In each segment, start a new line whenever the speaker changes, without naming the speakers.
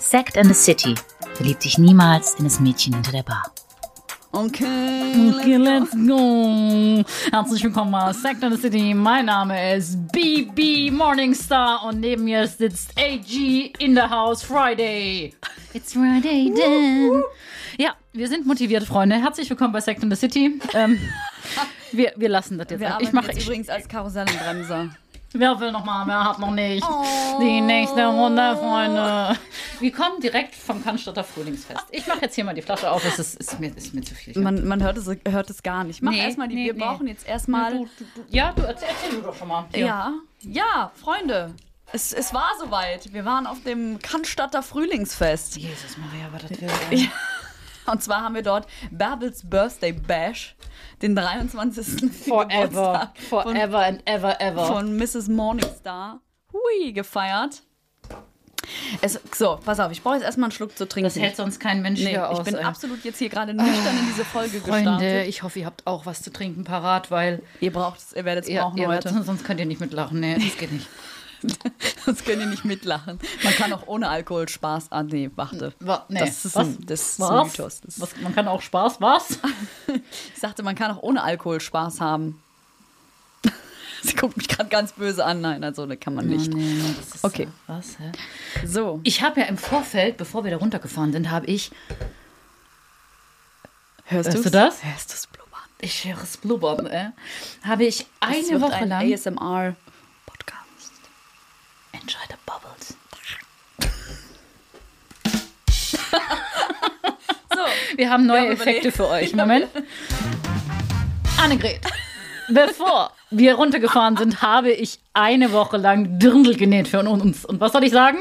Sect and the City. Verlieb dich niemals in das Mädchen hinter der Bar.
Okay.
Okay, let's go. Herzlich willkommen aus Sect and the City. Mein Name ist BB Morningstar und neben mir sitzt AG in the house Friday. It's Friday then. Ja, wir sind motiviert, Freunde. Herzlich willkommen bei Sect and the City. Ähm, wir, wir lassen das jetzt.
Wir
einfach.
arbeiten
ich mache
jetzt
ich,
übrigens als Karusellenbremser.
Wer will noch mal, wer hat noch nicht?
Oh.
Die nächste Runde, Freunde. Wir kommen direkt vom Cannstatter Frühlingsfest. Ich mache jetzt hier mal die Flasche auf, es ist, ist, mir, ist mir zu viel.
Man, man hört, es, hört es gar nicht. Mach
Nee,
erstmal die,
nee,
wir
nee.
brauchen jetzt erstmal.
Du- du- du- Ja, du erzähl, erzähl du doch schon mal. Hier.
Ja, ja, Freunde. Es, es war soweit. Wir waren auf dem Cannstatter Frühlingsfest.
Jesus Maria, war das
Und zwar haben wir dort Babels Birthday Bash, den 23.
Forever,
Geburtstag von,
forever and ever, ever.
von Mrs. Morningstar hui, gefeiert. Es, so, pass auf, ich brauche jetzt erstmal einen Schluck zu trinken.
das hält sonst kein Mensch
nee,
hier aus.
ich bin
ey.
absolut jetzt hier gerade nüchtern in diese Folge
Freunde,
gestartet.
ich hoffe, ihr habt auch was zu trinken parat, weil
Ihr braucht es, ihr werdet es
ihr,
brauchen
ihr
heute.
sonst könnt ihr nicht mitlachen. Nee, das geht nicht.
Sonst könnt ihr nicht mitlachen. Man kann auch ohne Alkohol Spaß. Ah, nee, warte.
Wa- nee.
Das ist
Was?
ein, das ist ein
Was?
Mythos. Das
was? Man kann auch Spaß, was?
Ich sagte, man kann auch ohne Alkohol Spaß haben. Sie guckt mich gerade ganz böse an. Nein, also das kann man
Oh,
nicht. Okay.
okay. Was? Hä?
So.
Ich habe ja im Vorfeld, bevor wir da runtergefahren sind, habe ich,
Hörst,
du's?
Hörst du es blubbern?
ich höre es blubbern, äh, habe ich
Das
eine
wird
Woche
ein
lang
ASMR-Podcast.
Enjoy the Bubbles.
So.
Wir haben neue
Wir haben überlegt.
Effekte für euch. Moment. Annegret, bevor wir runtergefahren sind, habe ich eine Woche lang Dirndl genäht für uns. Und was soll ich sagen?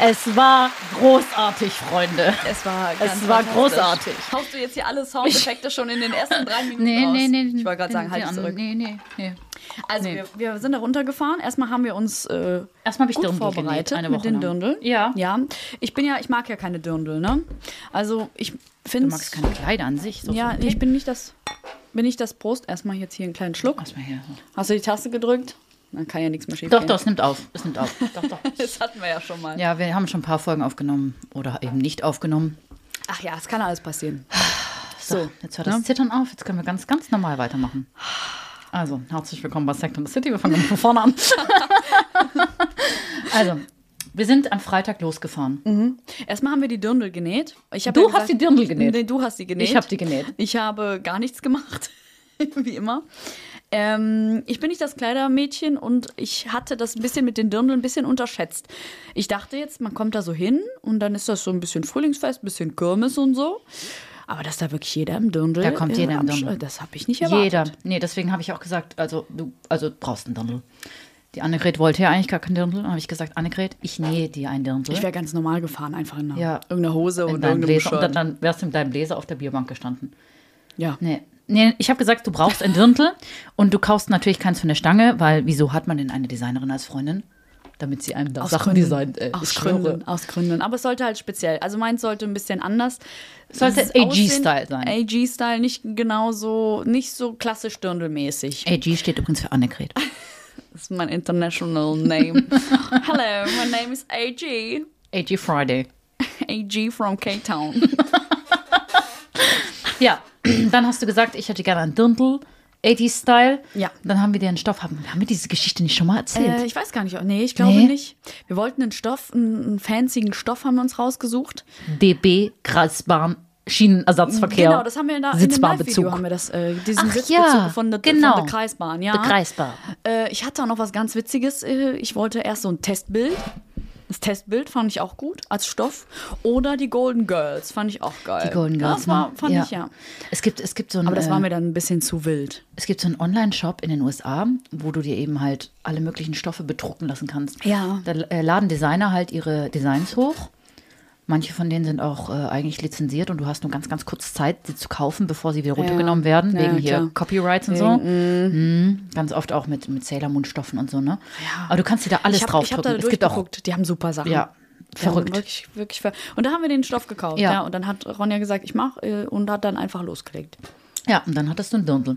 Es war großartig, Freunde.
Es war,
Es war
fantastisch.
großartig.
Haust du jetzt hier alle Soundeffekte schon in den ersten drei Minuten
Nee,
raus?
nee, nee.
Ich wollte gerade sagen,
den-
halt
den
dich
anderen-
zurück.
Nee, nee, nee.
Also
Nee.
wir, wir sind da runtergefahren. Erstmal haben wir uns äh,
Erstmal habe ich
gut
Dirndl
vorbereitet
genäht, eine
mit
Woche
den
lang.
Dirndl.
Ja.
Ja. Ich bin ja, ich mag ja keine Dirndl, ne? Also ich
Du
finde.
magst keine Kleider an sich. So
Ja, ich bin nicht das. Bin ich das Prost? Erstmal jetzt hier einen kleinen Schluck.
Lass mal her.
Hast du die Taste gedrückt? Dann kann ja nichts mehr schief
Doch,
gehen.
doch, es nimmt auf. Es nimmt auf. Doch, doch.
Das hatten wir ja schon mal.
Ja, wir haben schon ein paar Folgen aufgenommen oder eben nicht aufgenommen.
Ach ja, es kann alles passieren. Ne?
So, jetzt hört das Zittern auf. Jetzt können wir ganz, ganz normal weitermachen. Also, herzlich willkommen bei Sect and the City. Wir fangen von vorne an. also, wir sind am Freitag losgefahren.
Mhm. Erstmal haben wir die Dirndl genäht. Ich hab
Du
ja
hast die Dirndl genäht?
Nee, du hast die genäht.
Ich hab die genäht.
Ich habe gar nichts gemacht. Wie immer. Ähm, ich bin nicht das Kleidermädchen und ich hatte das ein bisschen mit den Dirndeln ein bisschen unterschätzt. Ich dachte jetzt, man kommt da so hin und dann ist das so ein bisschen Frühlingsfest, ein bisschen Kirmes und so. Aber dass da wirklich jeder im Dirndl
Da kommt jeder im
am
Dirndl.
Sch- Das habe ich nicht erwartet.
Jeder. Nee, deswegen habe ich auch gesagt, also du also du brauchst einen Dirndl. Die Annegret wollte ja eigentlich gar keinen Dirndl. Dann habe ich gesagt, Annegret, ich nähe dir einen Dirndl.
Ich wäre ganz normal gefahren, einfach in einer,
Ja.
irgendeiner Hose
in
und
deinem
irgendeinem
Bläser, und
Shirt.
dann, dann wärst du mit deinem Bläser auf der Bierbank gestanden.
ja.
Nee. Nee, ich habe gesagt, du brauchst ein Dirndl und du kaufst natürlich keins von der Stange, weil wieso hat man denn eine Designerin als Freundin? Damit sie einem da Sachen designt. Äh,
aus
ich schwöre.
Gründen, aus Gründen. Aber es sollte halt speziell. Also meins sollte ein bisschen anders.
Sollte
Es ist
AG-Style
Aussehen-
sein.
AG-Style, nicht genauso, nicht so klassisch dirndlmäßig.
AG steht übrigens für Annegret.
Das ist mein international name. Hello, my name is AG.
AG Friday.
AG from Cape Town.
Ja, dann hast du gesagt, ich hätte gerne einen Dirndl, 80-Style.
Ja.
Dann haben wir dir einen Stoff. Haben, haben wir diese Geschichte nicht schon mal erzählt?
Äh, ich weiß gar nicht. Nee, ich glaube
Nee.
nicht. Wir wollten einen Stoff, einen, einen fancygen Stoff haben wir uns rausgesucht.
DB, Kreisbahn, Schienenersatzverkehr.
Äh. Genau, das haben wir in, der, in dem Live-Video
Sitzbahnbezug.
haben wir das, äh, diesen
Ach
Sitzbezug
ja,
von, der,
genau.
von der Kreisbahn. Ja.
Der Kreisbahn.
Äh, ich hatte auch noch was ganz Witziges. Äh, Ich wollte erst so ein Testbild. Das Testbild fand ich auch gut als Stoff. Oder die Golden Girls fand ich auch geil.
Die Golden Girls.
Das war,
ne?
fand ich ja.
Es gibt, es gibt so ein,
Aber das war
äh,
mir dann ein bisschen zu wild.
Es gibt so einen Online-Shop in den USA, wo du dir eben halt alle möglichen Stoffe bedrucken lassen kannst.
Ja.
Da äh, laden Designer halt ihre Designs hoch. Manche von denen sind auch äh, eigentlich lizenziert und du hast nur ganz, ganz kurz Zeit, sie zu kaufen, bevor sie wieder runtergenommen werden,
Ja,
wegen
klar.
hier Copyrights und so. Mhm. Ganz oft auch mit, mit Sailor Moon-Stoffen und so, ne?
Ja.
Aber du kannst dir da alles
ich hab, ich hab da
draufdrucken. es gibt auch.
durchgeguckt. Die haben super Sachen.
Ja,
Die haben
verrückt.
Wirklich, wirklich ver und da haben wir den Stoff gekauft.
Ja.
Ja. Und dann hat Ronja gesagt, ich mach äh, und hat dann einfach losgelegt.
Ja, und dann hattest du ein Dirndl.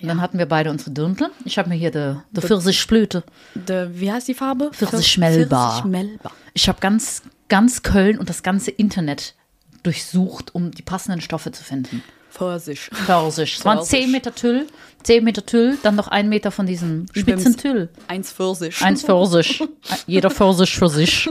Und dann hatten wir beide unsere Dirndl. Ich habe mir hier die de Pfirsichblüte.
De, wie heißt die Farbe?
Pfirsichmelba.
Pfirsichmelba.
Ich habe ganz ganz Köln und das ganze Internet durchsucht, um die passenden Stoffe zu finden.
Vorsicht.
Pfirsich. Es waren
Pfirsich.
10 Meter Tüll, 10 Meter Tüll, dann noch ein Meter von diesem spitzen
Schwimms.
Tüll.
Eins Pfirsich.
Eins Pfirsich. Jeder Pfirsich für sich.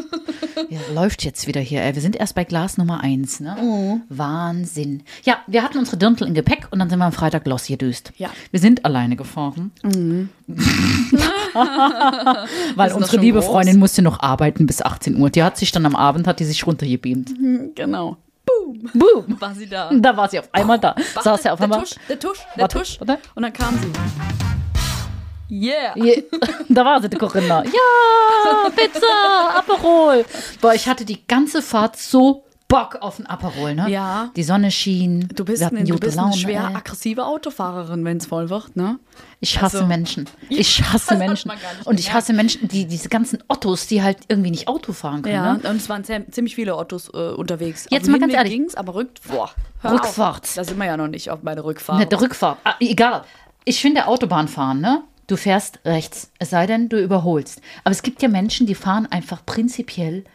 Ja, läuft jetzt wieder hier. Ey. Wir sind erst bei Glas Nummer 1. Ne? Wahnsinn. Ja, wir hatten unsere Dirndl im Gepäck und dann sind wir am Freitag losgedüst.
Ja.
Wir sind alleine gefahren. Mhm. Weil
doch
unsere
schon
liebe
groß.
Freundin musste noch arbeiten bis 18 Uhr. Die hat sich dann am Abend, hat die sich runtergebeamt.
Genau.
Boom.
War sie da.
Da war sie auf einmal da. Saß sie auf
der
einmal.
Tusch, der Tusch, der
Warte,
Tusch.
warte.
Und dann kam sie. Yeah.
Je- Da war sie, die Corinna. Ja, Pizza, Aperol. Boah, ich hatte die ganze Fahrt so Bock auf ein Aperol, ne?
Ja.
Die Sonne schien.
Du bist,
wir hatten
eine, du
gute
bist
Laune,
eine schwer
ey.
aggressive Autofahrerin, wenn es voll wird, ne?
Ich hasse
also-
Menschen. Ich hasse
hat
Menschen.
man gar nicht
Und ich
gemerkt.
hasse Menschen, die diese ganzen Ottos, die halt irgendwie nicht Auto fahren können.
Ja,
Ne?
und es waren sehr, ziemlich viele Autos äh, unterwegs.
Jetzt
Auf dem
mal ganz
Hinweg
ehrlich.
Ging's, aber rück, boah, hör
Rückfahrt.
Auf. Da sind wir ja noch nicht auf meine Rückfahrt.
Ne, der Rückfahrt. Ah, egal. Ich finde Autobahnfahren, ne? Du fährst rechts, es sei denn, du überholst. Aber es gibt ja Menschen, die fahren einfach prinzipiell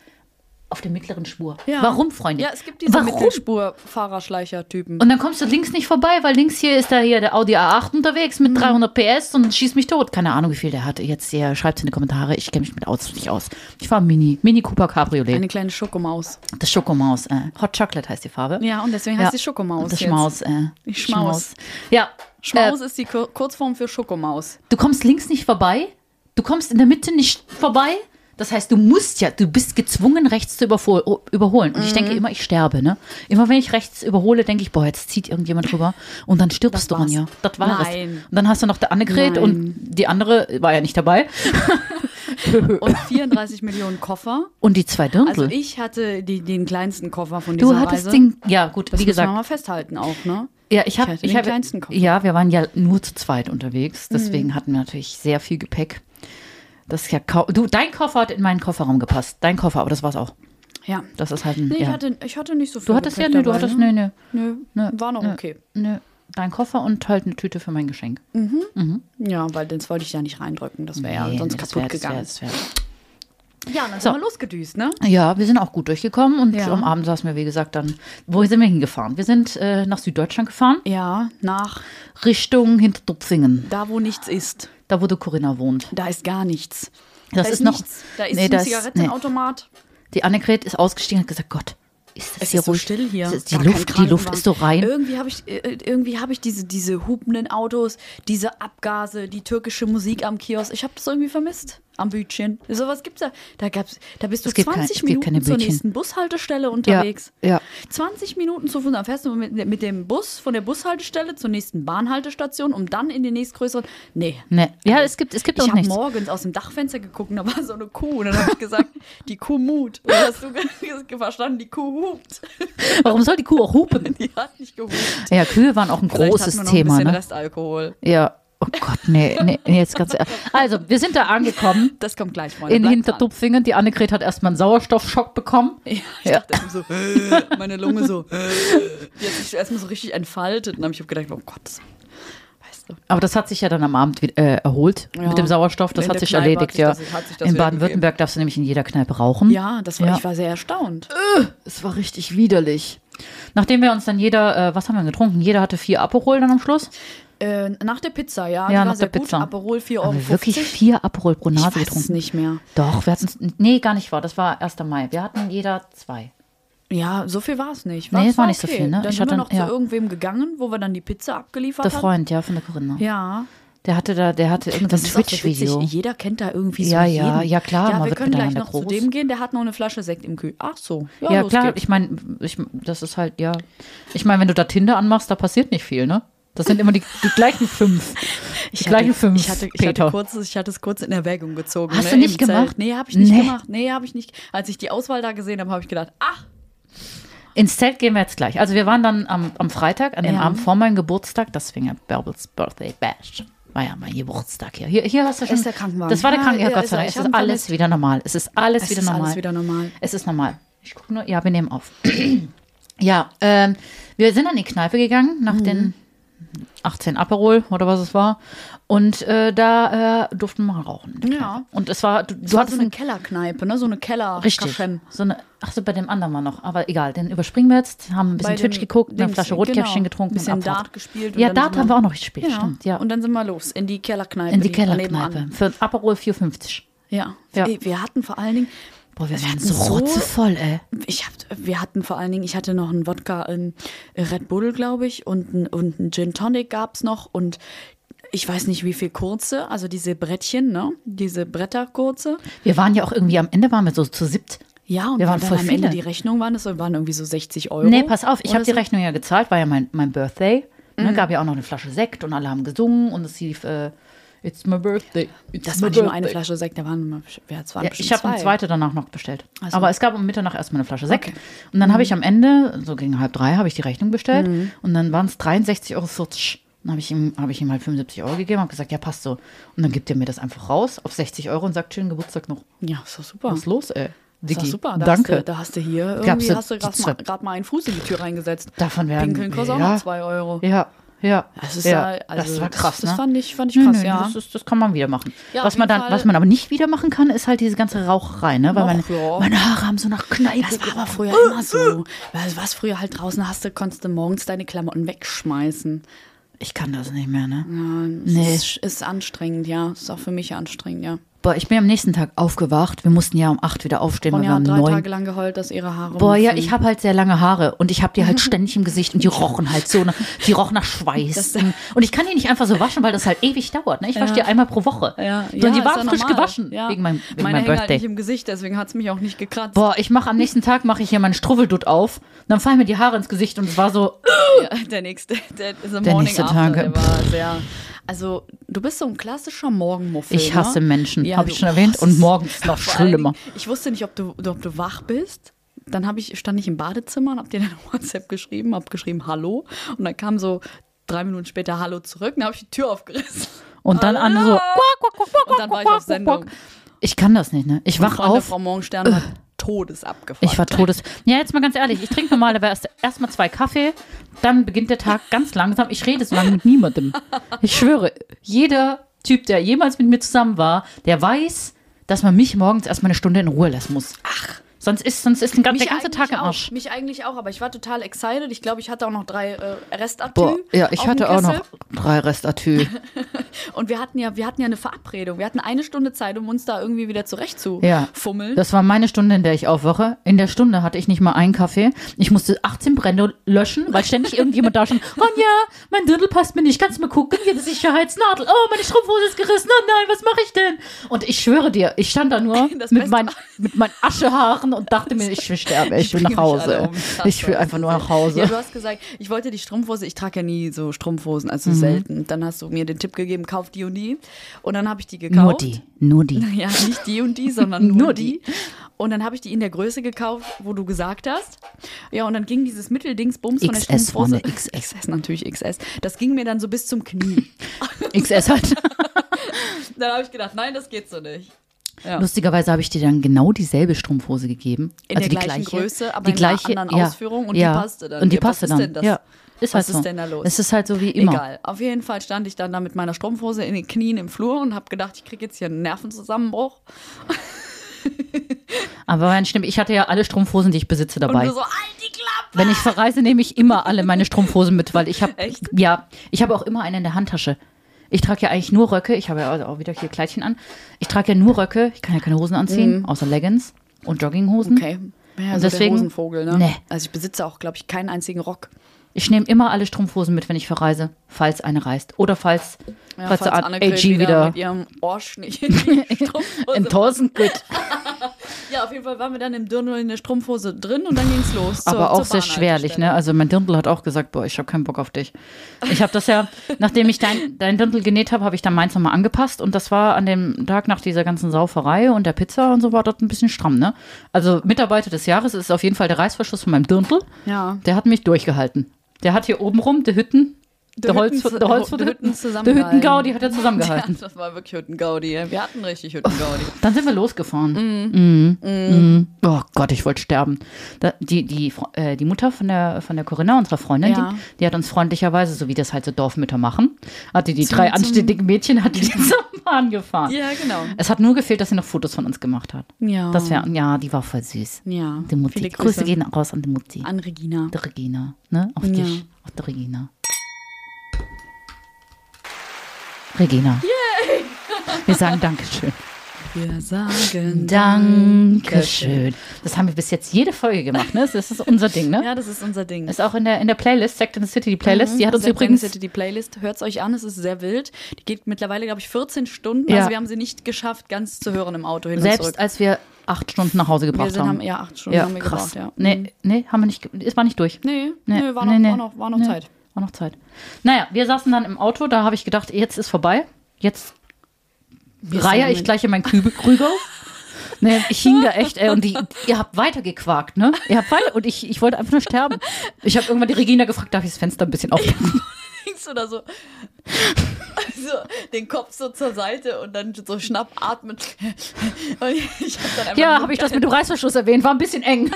auf der mittleren Spur.
Ja.
Warum, Freunde?
Ja, es gibt diese
Warum?
Mittelspur-Fahrerschleicher-Typen.
Und dann kommst du links nicht vorbei, weil links hier ist da hier der Audi A8 unterwegs
Mhm.
mit 300 PS und schießt mich tot. Keine Ahnung, wie viel der hat. Jetzt ja, schreibt in die Kommentare. Ich kenne mich mit Autos nicht aus. Ich war Mini, Mini Cooper Cabriolet.
Eine kleine Schokomaus.
das Schokomaus. Äh. Hot Chocolate heißt die Farbe.
Ja, und deswegen heißt sie Schokomaus
Das
jetzt.
Schmaus. Äh.
Die Schmaus.
Ja.
Schmaus
Äh,
ist die Kur Kurzform für Schokomaus.
du kommst links nicht vorbei. Du kommst in der Mitte nicht vorbei. Das heißt, du musst ja, du bist gezwungen, rechts zu überfo- o- überholen. Und ich denke
Mhm.
immer, ich sterbe, ne? Immer wenn ich rechts überhole, denke ich, boah, jetzt zieht irgendjemand rüber. Und dann stirbst
Das
du,
war's.
Anja. Das war es.
Nein.
Und dann hast du noch der Annegret
Nein.
und die andere war ja nicht dabei. Äh.
Und 34 Millionen Koffer.
Und die zwei Dirndl.
Also ich Also, hatte die, den kleinsten Koffer von dieser
du hattest
Reise.
den, ja gut,
das
wie
müssen wir
gesagt,
mal festhalten auch, ne?
Ja, ich habe
hatte den kleinsten Mhm. Koffer.
Ja, wir waren ja nur zu zweit unterwegs, deswegen hatten wir natürlich sehr viel Gepäck. Das ist ja kau- du, dein Koffer hat in meinen Kofferraum gepasst. Dein Koffer, aber das war's auch.
Ja.
Das ist halt ein
Nee, ich,
ja.
hatte, ich hatte nicht so viel
Du hattest ja,
Gepäck
nee, du
dabei,
hattest ne,
ne?
nee, nee,
Nö,
nee,
war noch
nee,
okay.
Nee. Dein Koffer und halt eine Tüte für mein Geschenk.
Ja, weil das wollte ich ja nicht reindrücken. Das wäre ja
Nee,
sonst
nee, das
kaputt
wär- das wär-
gegangen.
das wär-
Ja, dann
So.
sind wir losgedüst, ne?
Ja, wir sind auch gut durchgekommen und
Ja.
am Abend saßen wir, wie gesagt, dann. Wo sind wir hingefahren? Wir sind äh, nach Süddeutschland gefahren,
Ja, nach
Richtung Hintertupfingen,
da, wo nichts ist.
da wo die Corinna wohnt.
Da ist gar nichts.
Das
da
ist noch-
nichts. Da ist
nee,
ein
das-
Zigarettenautomat.
Die Annegret ist ausgestiegen und hat gesagt: Gott, ist das
Es
hier
ist so
ruhig?
still hier.
Es ist- Die
Gar kein
Luft, die Luft
Krankenwagen.
ist so rein.
Irgendwie habe ich, äh, irgendwie hab ich diese, diese hupenden Autos, diese Abgase, die türkische Musik am Kiosk. Ich habe das irgendwie vermisst. Am Bütchen. Sowas gibt's da. Da, gab's, da bist du
Es gibt kein-
20
es gibt
Minuten
keine
zur
Bütchen.
nächsten Bushaltestelle unterwegs.
ja.
20 Minuten zu Fuß. Dann fährst du mit, mit dem Bus von der Bushaltestelle zur nächsten Bahnhaltestation, um dann in die nächstgrößere. Nee.
Ne. Ja, es gibt, es gibt
Ich
auch
habe
nichts.
morgens aus dem Dachfenster geguckt und da war so eine Kuh. Und dann habe ich gesagt, die Kuh mut. Und dann hast du ge- verstanden, die Kuh hupt.
Warum soll die Kuh auch hupen?
Die hat nicht gehupt.
Ja, Kühe waren auch ein
Vielleicht hatten wir
großes
noch
Thema,
Ein bisschen
ne?
Restalkohol.
Ja. Oh Gott, nee, nee, nee, jetzt ganz ehrlich. Also, wir sind da angekommen
Das kommt gleich, Freunde.
in
Bleibt
Hintertupfingen. Die Annegret hat erstmal einen Sauerstoffschock bekommen.
dran. Ja, ich
Ja.
dachte eben so, äh, meine Lunge so. äh. Die hat sich erstmal so richtig entfaltet. Und dann habe ich gedacht, oh Gott. das- Weißt du.
Aber das hat sich ja dann am Abend wieder, äh, erholt
Ja.
mit dem Sauerstoff. Das
In
hat
der
sich
Kneipe
erledigt,
hat sich
ja.
das- hat sich das
in
wieder
Baden-Württemberg darfst du nämlich in jeder Kneipe rauchen.
Ja, das war,
Ja.
ich war sehr erstaunt.
Es war richtig widerlich. Nachdem wir uns dann jeder, äh, was haben wir getrunken? Jeder hatte vier Aperol dann am Schluss.
Äh, nach der Pizza, ja.
Ja,
die
nach
war sehr
der
gut.
Pizza.
Aperol 4,50 Euro.
Haben wir wirklich vier Aperol pro
ich
Nase
weiß es
getrunken?
nicht mehr.
Doch, wir hatten, nee, gar nicht wahr. Das war 1. Mai. Wir hatten jeder zwei.
Ja, so viel war es nicht.
Nee, es war nicht so viel, ne?
Dann
Ich
sind
hatte-
wir noch
ja.
zu irgendwem gegangen, wo wir dann die Pizza abgeliefert
Der
haben.
Freund, ja, von der Corinna.
Ja.
Der hatte da, der hatte irgendein
ist auch so witzig.
Twitch-Video.
Jeder kennt da irgendwie so
Ja, ja,
jeden.
ja, klar,
Ja,
man
wir
wird
können gleich
miteinander
noch zu
groß.
dem gehen, der hat noch eine Flasche Sekt im Kühl. Ach so. Ja,
Ja,
los
klar,
geht's.
ich meine, ich, das ist halt, ja. Ich meine, wenn du da Tinder anmachst, da passiert nicht viel, ne? Das sind immer die, die gleichen fünf.
Ich
die gleichen fünf,
ich hatte, ich hatte
Peter.
kurz, ich hatte es kurz in Erwägung gezogen.
Hast
ne,
du nicht
im Zelt.
gemacht?
Nee, habe ich nicht
Nee.
gemacht. Nee, habe ich nicht. Als ich die Auswahl da gesehen habe, habe ich gedacht, ach,
Ins Zelt gehen wir jetzt gleich. Also wir waren dann am, am Freitag, an dem
Ja.
Abend vor meinem Geburtstag, deswegen ja Bärbels Birthday Bash. War ja mein Geburtstag hier. Hier, hier hast du schon.
der Krankenwagen.
Das war der
Ah,
Krankenwagen,
ja,
Gott
ist
sei
er.
Dank.
Ich
Es ist
hab ihn
alles
vermisst.
wieder normal. Es ist alles
es
wieder
ist
normal.
alles wieder normal.
Es ist normal. Ich gucke nur, ja, wir nehmen auf. ja, ähm, wir sind an die Kneipe gegangen nach den 18 Aperol oder was es war. Und äh, da äh, durften wir rauchen.
Ja.
Und es war, du, du
Du hattest
hattest
so eine
einen
Kellerkneipe, ne? So eine keller
Richtig.
Kaschem.
So eine, ach so, bei dem anderen war noch. Aber egal, den überspringen wir jetzt. Haben ein bisschen
Bei dem
Twitch geguckt, eine
Dings,
Flasche Rotkäppchen
genau.
getrunken.
Bisschen
und Abfahrt.
Dart gespielt und
Ja,
dann
Dart
sind
haben
wir-
wir auch noch gespielt,
Ja.
stimmt. Ja.
Und dann sind wir los in die Kellerkneipe.
in die
daneben
Kellerkneipe.
an-
Für Aperol 4,50.
Ja.
Ja.
Ey, Wir hatten vor allen Dingen,
Boah, wir
Wir
waren
hatten
so
so-
rotzevoll, ey.
ich hab, wir hatten vor allen Dingen, ich hatte noch einen Wodka, einen Red Bull, glaube ich, und einen, und einen Gin Tonic gab's noch und ich weiß nicht, wie viel kurze, also diese Brettchen, ne? Diese Bretterkurze.
Wir waren ja auch irgendwie am Ende, waren wir so zu siebt.
Ja, und
Wir waren
dann
voll
am Ende
viele.
die Rechnung waren es waren irgendwie so 60 Euro.
Nee, pass auf, ich
Oh, oder
habe die
so. Mhm.
Rechnung ja gezahlt, war ja mein, mein Birthday. Und dann gab ja auch noch eine Flasche Sekt und alle haben gesungen und es lief äh, It's my birthday. It's
Das
my
war nicht nur eine
birthday.
Flasche Sekt, da waren, mal- ja, es waren
Ja,
bestimmt
ich habe
zwei.
eine zweite danach noch bestellt.
Ach so. Mhm.
Aber es gab um Mitternacht erstmal eine Flasche Sekt. Und dann habe ich am Ende, so gegen halb drei, habe ich die Rechnung bestellt. Und dann waren es 63,40 Euro. Dann habe ich, ihm- habe ich ihm halt 75 Euro gegeben und gesagt, ja, passt so. Und dann gibt er mir das einfach raus auf 60 Euro und sagt, schönen Geburtstag noch.
Ja, ist doch super.
Was ist los, ey?
Ist doch
Diggi,
super. Da
danke.
Hast du, da hast du hier
Gab's
irgendwie
da
hast du
die
grad
zwei-
mal, grad mal einen Fuß in die Tür reingesetzt.
Davon werden
Pinkeln kostet auch
ja.
noch zwei Euro.
Ja, ja.
Das ist
ja,
ja- also
das war
das-
krass,
das
ne?
fand ich- fand ich
Nö,
krass,
nö,
ja.
Das, ist, das kann man wieder machen.
Ja,
was,
auf
man
jeden
dann,
Fall.
was man aber nicht wieder machen kann, ist halt diese ganze Raucherei, ne? Weil meine,
Ach, ja.
meine Haare haben so nach Kneipe.
Das war
gerochen.
aber früher immer so. Weil du warst früher halt draußen, hast du, konntest du morgens deine Klamotten wegschmeißen.
Ich kann das nicht mehr, ne?
Nee. Ist, ist anstrengend, ja. Ist auch für mich anstrengend, ja.
Boah, ich bin am nächsten Tag aufgewacht. Wir mussten ja um 8 wieder aufstehen, weil
Ronja
wir um
hat drei
9.
Tage lang geheult, dass ihre Haare.
Boah, ja,
rumfliegen.
ich habe halt sehr lange Haare und ich habe die halt ständig im Gesicht und die rochen halt so, ne? die rochen nach Schweiß.
Das-
und ich kann die nicht einfach so waschen, weil das halt ewig dauert. Ne? Ich wasche die einmal pro Woche.
Ja,
Sondern die
ist
waren
doch
frisch
normal.
gewaschen
Ja.
wegen meinem, wegen
Meine
meinem
hängen halt
Birthday.
nicht im Gesicht, deswegen hat es mich auch nicht gekratzt.
Boah, ich mache am nächsten Tag, mache ich hier meinen Struffeldutt auf, dann fallen mir die Haare ins Gesicht und es war so,
Ja, der nächste, der,
Der
der morning
nächste
after,
Tag.
Der war sehr, also du bist so ein klassischer Morgenmuffel.
ich hasse
ne?
Menschen,
Ja,
habe ich
du-
schon erwähnt.
oh,
Und
es
morgens ist noch
ist- vor allen
schlimmer.
Dingen, Ich wusste nicht, ob du, ob du wach bist. Dann hab ich, stand ich im Badezimmer und hab dir dann WhatsApp geschrieben, hab geschrieben Hallo und dann kam so drei Minuten später Hallo zurück und dann habe ich die Tür aufgerissen.
Und dann andere so,
Hallo.
quack, quack, quack, quack,
Und dann war ich
quack,
auf
quack,
Sendung.
quack. Ich kann das nicht, ne? Ich wach
Freunde,
auf,
Frau Morgenstern war Todes abgefahren.
Ich war todes. Ja, jetzt mal ganz ehrlich, ich trinke normalerweise erstmal zwei Kaffee, dann beginnt der Tag ganz langsam. Ich rede so lange mit niemandem. Ich schwöre, jeder Typ, der jemals mit mir zusammen war, der weiß, dass man mich morgens erstmal eine Stunde in Ruhe lassen muss. Ach. Sonst ist, sonst ist ein, ganz- der ganze
eigentlich
Tag im
auch.
Arsch.
Mich eigentlich auch, aber ich war total excited. Ich glaube, ich hatte auch noch drei äh, Restatü auf dem Kessel.
drei Restatü.
Und wir hatten ja, wir hatten ja eine Verabredung. Wir hatten eine Stunde Zeit, um uns da irgendwie wieder
Ja.
zurechtzufummeln.
Das war meine Stunde, in der ich aufwache. In der Stunde hatte ich nicht mal einen Kaffee. Ich musste 18 Brände löschen, weil ständig irgendjemand da stand. Ronja, mein Dirndl passt mir nicht. Kannst du mal gucken? Hier die Sicherheitsnadel. Oh, meine Strumpfhose ist gerissen. Oh nein, was mache ich denn? Und ich schwöre dir, ich stand da nur
Das
mit
Beste
meinen,
war-
mit meinen Aschehaaren und dachte mir, ich will sterben. Ich will
bringe
nach
mich alle
Hause.
um. Krass,
Ich will
das
einfach
ist
nur
so-
nach Hause.
Ja, du hast gesagt, ich wollte die Strumpfhose, ich trage ja nie so Strumpfhosen,
Mhm.
also selten. Dann hast du mir den Tipp gegeben, kauf die und die. Und dann habe ich die gekauft.
Nur die, nur die.
Ja, nicht die und die, sondern nur,
Nur die.
die. Und dann habe ich die in der Größe gekauft, wo du gesagt hast. Ja, und dann ging dieses Mitteldingsbums von der
XS, Freunde,
Strumpfhose.
XS.
XS natürlich XS. Das ging mir dann so bis zum Knie.
XS halt.
dann habe ich gedacht, nein, das geht so nicht. Ja.
Lustigerweise habe ich dir dann genau dieselbe Strumpfhose gegeben.
In
also
der
die
gleichen
gleiche,
Größe, aber
die
in einer
gleiche,
anderen
ja,
Ausführung und die
ja,
passte dann.
Und die
Ja, was
passte
ist
dann.
denn das?
Ja, ist
Was
halt
ist
so.
denn da los?
Es ist halt so wie immer.
Egal. Auf jeden Fall stand ich dann da mit meiner Strumpfhose in den Knien im Flur und habe gedacht, ich kriege jetzt hier einen Nervenzusammenbruch.
Aber mein stimmt, ich hatte ja alle Strumpfhosen, die ich besitze,
Und
dabei.
du so, halt die Klappe!
Wenn ich verreise, nehme ich immer alle meine Strumpfhosen mit, weil ich habe
Echt?
ja, ich habe auch immer eine in der Handtasche. Ich trage ja eigentlich nur Röcke. Ich habe ja also auch wieder hier Kleidchen an. Ich trage ja nur Röcke. Ich kann ja keine Hosen anziehen, außer Leggings und Jogginghosen.
Mhm. Okay. Ja,
Und
so
deswegen-
der Hosenvogel, ne?
Nee.
Also ich besitze auch, glaube ich, keinen einzigen Rock.
Ich nehme immer alle Strumpfhosen mit, wenn ich verreise, falls eine reist oder falls
Ja,
falls, falls
Annegret
AG wieder,
mit ihrem Ohrschnitt in die Strumpfhose.
in Thorsten geht.
ja, auf jeden Fall waren wir dann im Dirndl in der Strumpfhose drin und dann ging's los. zur-
aber auch sehr
zur Bahnhaltestelle.
schwerlich, ne? Also mein Dirndl hat auch gesagt, boah, ich habe keinen Bock auf dich. Ich habe das ja, nachdem ich dein, dein Dirndl genäht habe, habe ich dann meins nochmal angepasst und das war an dem Tag nach dieser ganzen Sauferei und der Pizza und so war das ein bisschen stramm, ne? Also Mitarbeiter des Jahres ist auf jeden Fall ne? der Reißverschluss von meinem Dirndl.
Ja.
Der hat mich durchgehalten. Der hat hier oben rum, der Hütten, Der, Holz,
Hütten-
der Holz
der Hütten
der
zusammengehalten.
Hüttengaudi hat er
Ja,
zusammengehalten.
das war wirklich Hüttengaudi. Wir hatten richtig Hüttengaudi.
Dann sind wir losgefahren. Mhm. Oh Gott, ich wollte sterben. Da, die, die, Fre- äh, die Mutter von der, von der Corinna, unserer Freundin,
Ja.
die, die hat uns freundlicherweise, so wie das halt so Dorfmütter machen, hatte die drei
zum-
anständigen Mädchen, hat die zum Bahn gefahren.
ja, genau.
Es hat nur gefehlt, dass sie noch Fotos von uns gemacht hat.
Ja.
Das wäre, ja, die war voll süß.
Ja.
Die Mutti.
Oh. Viele
Grüße.
Grüße.
gehen raus an die Mutti.
An Regina.
Die Regina, ne? Auf
Ja.
dich. Auf die Regina. Regina. Wir sagen Dankeschön.
Wir sagen
Dankeschön. Das haben wir bis jetzt jede Folge gemacht, ne? Das ist unser Ding, ne?
Ja, das ist unser Ding.
Ist auch in der, in der Playlist, Sect in the City, die Playlist. Die hat uns
Mhm. Sehr
übrigens.
gerne seht ihr die Playlist. Hört es euch an, es ist sehr wild. Die geht mittlerweile, glaube ich, 14 Stunden.
Ja.
Also wir haben sie nicht geschafft, ganz zu hören im Auto hin und
Selbst
zurück.
als wir acht Stunden nach Hause
Wir
gebracht
sind, haben
haben.
ja acht Stunden
Ja,
haben wir
krass.
gebraucht, ja. Mhm.
Nee, nee, haben wir nicht. ge- Es war nicht durch.
Nee, nee, war, noch, war noch, war noch
nee,
Zeit.
War noch Zeit. Naja, wir saßen dann im Auto, da habe ich gedacht, jetzt ist vorbei. Jetzt reihe ich gleich in mein Krü- Krügel. Nee, ich hing da echt, ey, und die, ihr habt weitergequakt, ne? Ihr habt weiter, und ich, ich wollte einfach nur sterben. Ich habe irgendwann die Regina gefragt, darf ich das Fenster ein bisschen aufmachen?
links oder so. so den Kopf so zur Seite und dann so schnapp atmen. Und ich hab dann einfach
Ja,
nur-
habe ich das mit dem Reißverschluss erwähnt, war ein bisschen eng.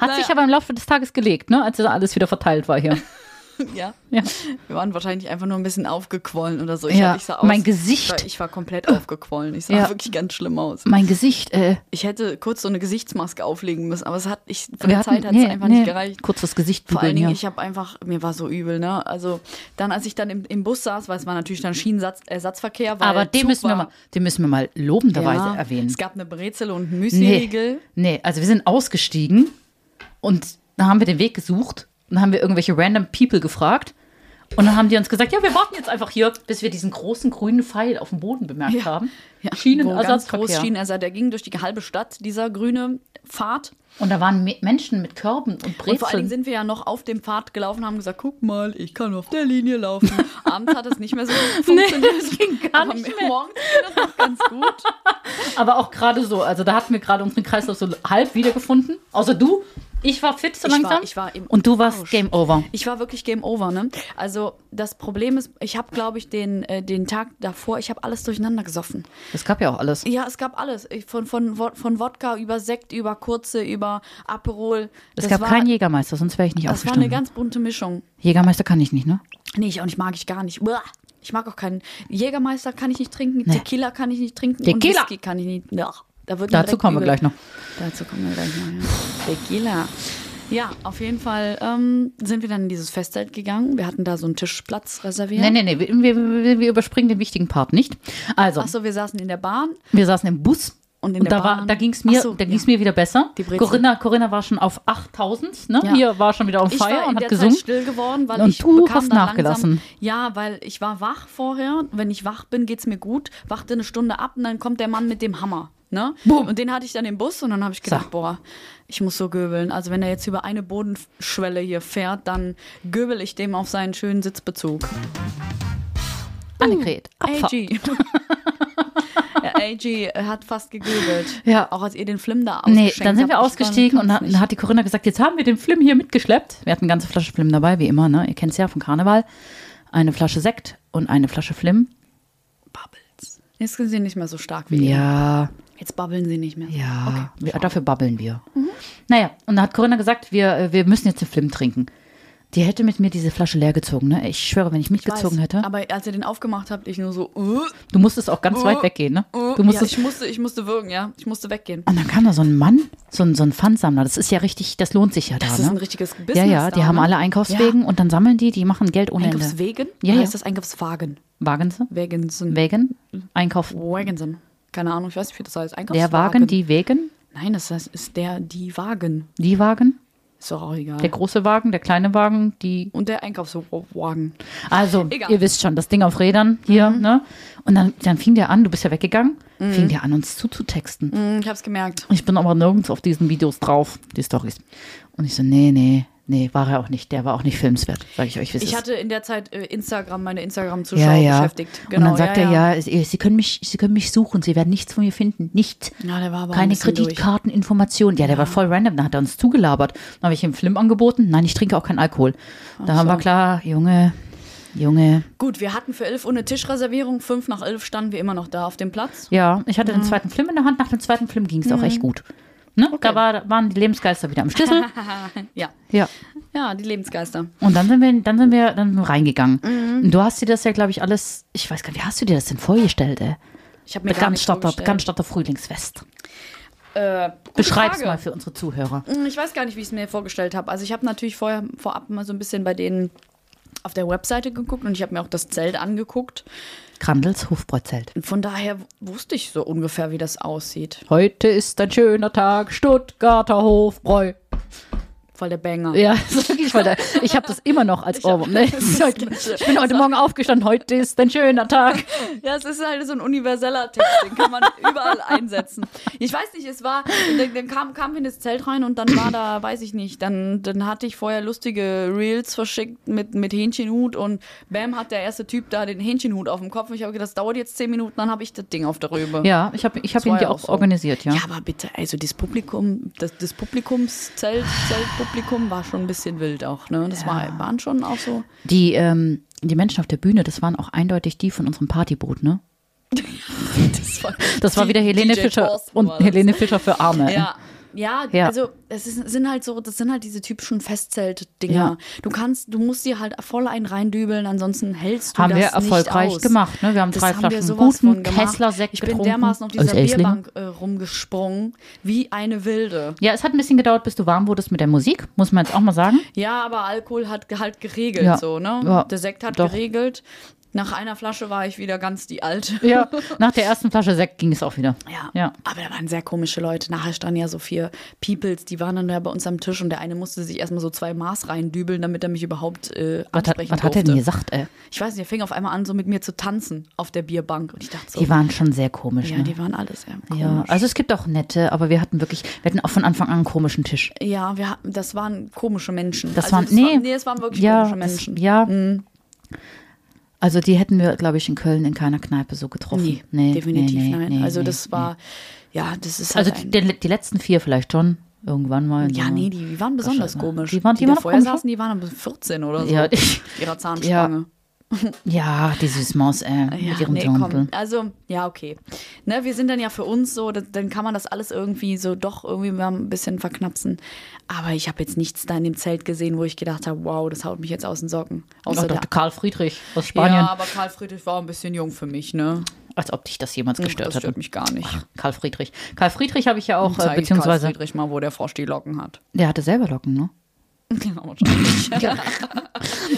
Hat sich aber im Laufe des Tages gelegt, ne? Als alles wieder verteilt war hier.
Ja.
Ja.
Wir waren wahrscheinlich einfach nur ein bisschen aufgequollen oder so. Ich,
Ja,
hab- ich sah aus,
mein Gesicht.
Ich war, ich war komplett aufgequollen. Ich sah
Ja.
wirklich ganz schlimm aus.
Mein Gesicht, äh,
Ich hätte kurz so eine Gesichtsmaske auflegen müssen, aber es hat ich, von
wir
der
hatten,
Zeit hat es
nee,
einfach
nee,
nicht gereicht.
Kurz das Gesicht
Vor allen
bügeln,
Dingen,
ja.
ich habe einfach, mir war so übel, ne? Also dann, als ich dann im, im Bus saß, weil es war natürlich dann Schienenersatzverkehr, weil
Aber den
Zug
müssen, wir
war.
mal, den müssen wir mal lobenderweise
äh, Ja.
erwähnen.
Es gab eine Brezel und einen
Nee,
Müsli-Riegel.
nee, also wir sind ausgestiegen und dann haben wir den Weg gesucht und dann haben wir irgendwelche random People gefragt. Und dann haben die uns gesagt, ja, wir warten jetzt einfach hier, bis wir diesen großen grünen Pfeil auf dem Boden bemerkt
Ja.
haben.
Ja, wo ganz groß
Schienenersatzverkehr.
Schienenersatz. Der ging durch die halbe Stadt, dieser grüne Pfad.
Und da waren Me- Menschen mit Körben und
Und vor allen
Brezeln.
Dingen sind wir ja noch auf dem Pfad gelaufen, haben gesagt, guck mal, ich kann auf der Linie laufen. Abends hat es nicht mehr so funktioniert.
das ging gar
aber
nicht mehr.
Morgens ging das noch ganz gut.
Aber auch gerade so, also da hatten wir gerade unseren Kreislauf so halb wiedergefunden. Außer du, ich war fit so
Ich war-
langsam.
ich war im
und du warst
Arsch.
Game Over.
Ich war wirklich Game Over, ne? Also das Problem ist, ich habe, glaube ich, den, äh, den Tag davor, ich habe alles durcheinander gesoffen.
Es gab ja auch alles.
Ja, es gab alles. Ich, von, von, Wod- von Wodka über Sekt, über Kurze, über Aperol.
Es
Das
gab
war,
keinen Jägermeister, sonst wäre ich nicht
Das war eine
aufgestanden.
ganz bunte Mischung.
Jägermeister kann ich nicht, ne?
Nee, ich auch nicht, mag ich gar nicht. Uah. Ich mag auch keinen Jägermeister kann ich nicht trinken, Tequila kann ich nicht trinken und
Tequila.
Whisky kann ich nicht. Ja, da wird mir
Dazu
direkt
kommen wir
übel.
gleich noch.
Dazu kommen wir gleich noch. Ja. Tequila. Ja, auf jeden Fall ähm, sind wir dann in dieses Festzelt gegangen. Wir hatten da so einen Tischplatz reserviert.
Nee, nee, nee, wir, wir, wir- wir überspringen den wichtigen Part nicht. Also,
Achso, wir saßen in der Bahn.
wir saßen im Bus
Und in der
da, war,
Bahn.
da ging es mir,
Ach so,
da
ja.
ging's mir wieder besser.
Die Brezel.
Corinna, Corinna war schon auf 8000, ne?
Ja.
Hier war schon wieder on
Ich
fire
war in
und
der
hat gesungen.
Zeit still geworden, weil
Und
ich
du
bekam
hast
dann
nachgelassen.
Langsam, ja, weil ich war wach vorher. Wenn ich wach bin, geht's mir gut. Wachte eine Stunde ab und dann kommt der Mann mit dem Hammer. Ne?
Boom.
Und den hatte ich dann im Bus und dann habe ich gedacht,
So.
boah, ich muss so göbeln. Also wenn er jetzt über eine Bodenschwelle hier fährt, dann göbel ich dem auf seinen schönen Sitzbezug. uh,
Annegret, Abfahrt.
AG. ja, AG hat fast gegöbelt.
Ja.
Auch als ihr den Flim da
Nee,
ausgeschenkt
dann sind wir
habt, ich war-
ausgestiegen und
kann's
dann
nicht.
hat die Corinna gesagt, jetzt haben wir den Flim hier mitgeschleppt. Wir hatten eine ganze Flasche Flim dabei, wie immer, ne? Ihr kennt es ja vom Karneval. Eine Flasche Sekt und eine Flasche Flim.
Bubbles. Jetzt sind sie nicht mehr so stark wie ihr.
Ja,
Jetzt babbeln sie nicht mehr.
ja. Wir, dafür babbeln wir.
Mhm.
Naja, und dann hat Corinna gesagt, wir, äh, wir müssen jetzt den Flim trinken. Die hätte mit mir diese Flasche leer gezogen, ne? Ich schwöre, wenn ich mitgezogen
Weiß.
hätte.
Aber als ihr den aufgemacht habt, ich nur so. Uh,
Du musstest auch ganz
uh,
weit weggehen, ne?
Uh,
Du musstest.
ja, ich musste, ich musste würgen, ja. Ich musste weggehen.
und dann kam da so ein Mann, so ein, so ein Pfandsammler. Das ist ja richtig, das lohnt sich ja da,
Das
ne?
ist ein richtiges Business.
ja, ja, die
da,
haben
ne?
alle Einkaufswegen und dann sammeln die, die machen Geld ohne
Ja.
Ende.
Einkaufswegen?
Ja,
heißt
ja.
das Einkaufswagen?
Wagen sie?
Wägensen.
Wegen? Einkauf.
Wägensen. Keine Ahnung, ich weiß nicht, wie das heißt. Einkaufswagen.
Der Wagen, die Wegen,
Nein, das heißt, ist der, die Wagen.
die Wagen,
Ist doch auch egal.
der große Wagen, der kleine Wagen, die.
Und der Einkaufswagen.
Also,
Egal. Mhm.
ihr wisst schon, das Ding auf Rädern hier, ne? Und dann, dann fing der an, du bist ja weggegangen, fing der an, uns zuzutexten.
Hm, Ich hab's gemerkt.
Ich bin aber nirgends auf diesen Videos drauf, die Stories. Und ich so, nee, nee, nee, war er auch nicht. Der war auch nicht filmswert, sage ich euch. wie es
Ich
ist.
hatte in der Zeit äh, Instagram, meine Instagram-Zuschauer
ja, ja.
beschäftigt.
und
Genau,
dann sagt er, ja, Sie können, mich, Sie können mich suchen, Sie werden nichts von mir finden. Nichts.
Na, der war aber ein
Keine
bisschen durch.
Kreditkarteninformation. Ja, der war voll random, dann hat er uns zugelabert. Dann habe ich ihm Flim angeboten. Nein, ich trinke auch keinen Alkohol. Da haben wir klar, Junge, Junge.
Gut, wir hatten für 11 Uhr eine Tischreservierung. Fünf nach 11 standen wir immer noch da auf dem Platz.
Ja, ich hatte
Mhm.
den zweiten Film in der Hand. Nach dem zweiten Film ging es auch echt gut. Ne? Da war, waren die Lebensgeister wieder am Schlüssel.
Ja.
ja.
Ja, die Lebensgeister.
Und dann sind wir, dann sind wir, dann sind wir reingegangen.
Mhm.
Und du hast dir das ja, glaube ich, alles, ich weiß gar nicht, wie hast du dir das denn vorgestellt, ey?
Ich habe mir gar nicht
Bekanntschaft
vorgestellt.
Bekanntschaft Frühlingsfest.
äh, gute
Beschreib's
Frage. Mm,
mal für unsere Zuhörer.
Ich weiß gar nicht, wie ich es mir vorgestellt habe. Also ich habe natürlich vorher, vorab mal so ein bisschen bei denen auf der Webseite geguckt und ich habe mir auch das Zelt angeguckt.
Grandels Hofbräuzelt.
Und von daher wusste ich so ungefähr, wie das aussieht.
Heute ist ein schöner Tag, Stuttgarter Hofbräu.
Voll der Banger.
Ja, das ist wirklich voll der, ich habe das immer noch als Ohrwurm. Ne? Das ist heute- Ich bin heute Morgen aufgestanden, heute ist ein schöner Tag.
Ja, es ist halt so ein universeller Text, den kann man überall einsetzen. Ich weiß nicht, es war, dann, dann kam, kam wir in das Zelt rein und dann war da, weiß ich nicht, dann, dann hatte ich vorher lustige Reels verschickt mit, mit Hähnchenhut und bam hat der erste Typ da den Hähnchenhut auf dem Kopf und ich habe gedacht, das dauert jetzt zehn Minuten, dann habe ich das Ding auf der Röbe.
Ja, ich habe ich hab
Das war
ihn dir
ja
auch
auch so.
organisiert, ja.
Ja, aber bitte, also das Publikum, das, das Publikumszelt, Zeltpublikum war schon ein bisschen wild auch, ne? Das war, waren schon auch so.
Die, ähm, die Menschen auf der Bühne, das waren auch eindeutig die von unserem Partyboot, ne?
Das war,
Das war wieder Helene
DJ
Fischer
Thorsten
und
war das.
Helene Fischer für Arme.
Ja. Ja,
Ja.
also es ist, sind halt so, das sind halt diese typischen Festzelt-Dinger.
Ja.
Du kannst, du musst dir halt voll einen reindübeln, ansonsten hältst du
Haben
das
wir
nicht
erfolgreich
aus.
gemacht, ne? Wir haben
das
drei
haben wir
Flaschen
sowas
guten
von gemacht.
Kessler-Sekt
Ich bin
getrunken.
dermaßen auf
Aus
dieser
Esslingen.
Bierbank äh, rumgesprungen, wie eine Wilde.
Ja, es hat ein bisschen gedauert, bis du warm wurdest mit der Musik, muss man jetzt auch mal sagen.
Ja, aber Alkohol hat ge- halt geregelt,
Ja.
so, ne?
Ja,
Der Sekt hat
doch.
geregelt. Nach einer Flasche war ich wieder ganz die Alte.
Ja. Nach der ersten Flasche Sekt ging es auch wieder.
Ja.
Ja.
Aber da waren sehr komische Leute. Nachher standen ja so vier Peoples, die waren dann da bei uns am Tisch und der eine musste sich erstmal so zwei Maß reindübeln, damit er mich überhaupt äh,
Was hat,
ansprechen
was hat er
durfte.
denn gesagt, ey?
Ich weiß nicht, er fing auf einmal an, so mit mir zu tanzen auf der Bierbank. Und ich dachte so,
Die waren schon sehr komisch,
ja,
ne?
die waren alle sehr komisch.
Ja, also es gibt auch nette, aber wir hatten wirklich, wir hatten auch von Anfang an einen komischen Tisch.
Ja, wir, hatten- das waren komische Menschen.
Das
also,
waren,
das
nee,
War, nee, das waren wirklich
ja,
komische
das-
Menschen. Mhm.
ja. Also die hätten wir, glaube ich, in Köln in keiner Kneipe so getroffen.
Nee, definitiv nein. also das war, ja, das ist halt
Also
ein,
die, die, die letzten vier vielleicht schon, irgendwann mal.
ja,
so.
nee, die, die waren besonders
Die
komisch.
waren- die
da
waren auch
vorher
komisch,
saßen, die waren aber 14 oder so.
Ja, ich-
mit ihrer Zahnspange.
Ja, die Süßmaus, äh, mit ihrem Tempel.
Also, ja, okay. Ne, wir sind dann ja für uns so, das, dann kann man das alles irgendwie so doch irgendwie mal ein bisschen verknapsen. Aber ich habe jetzt nichts da in dem Zelt gesehen, wo ich gedacht habe, wow, das haut mich jetzt aus den Socken.
Ach,
Außer
doch,
der,
der Karl Friedrich aus Spanien.
Ja, aber Karl Friedrich war ein bisschen jung für mich, ne?
Als ob dich das jemals gestört
Hm, das stört
hätte.
mich gar nicht.
Karl Friedrich. Karl Friedrich habe ich ja auch, äh,
Zeig ich Karl
beziehungsweise,
Friedrich mal, wo der Frosch die Locken hat.
der hatte selber Locken, ne?
Genau, wahrscheinlich.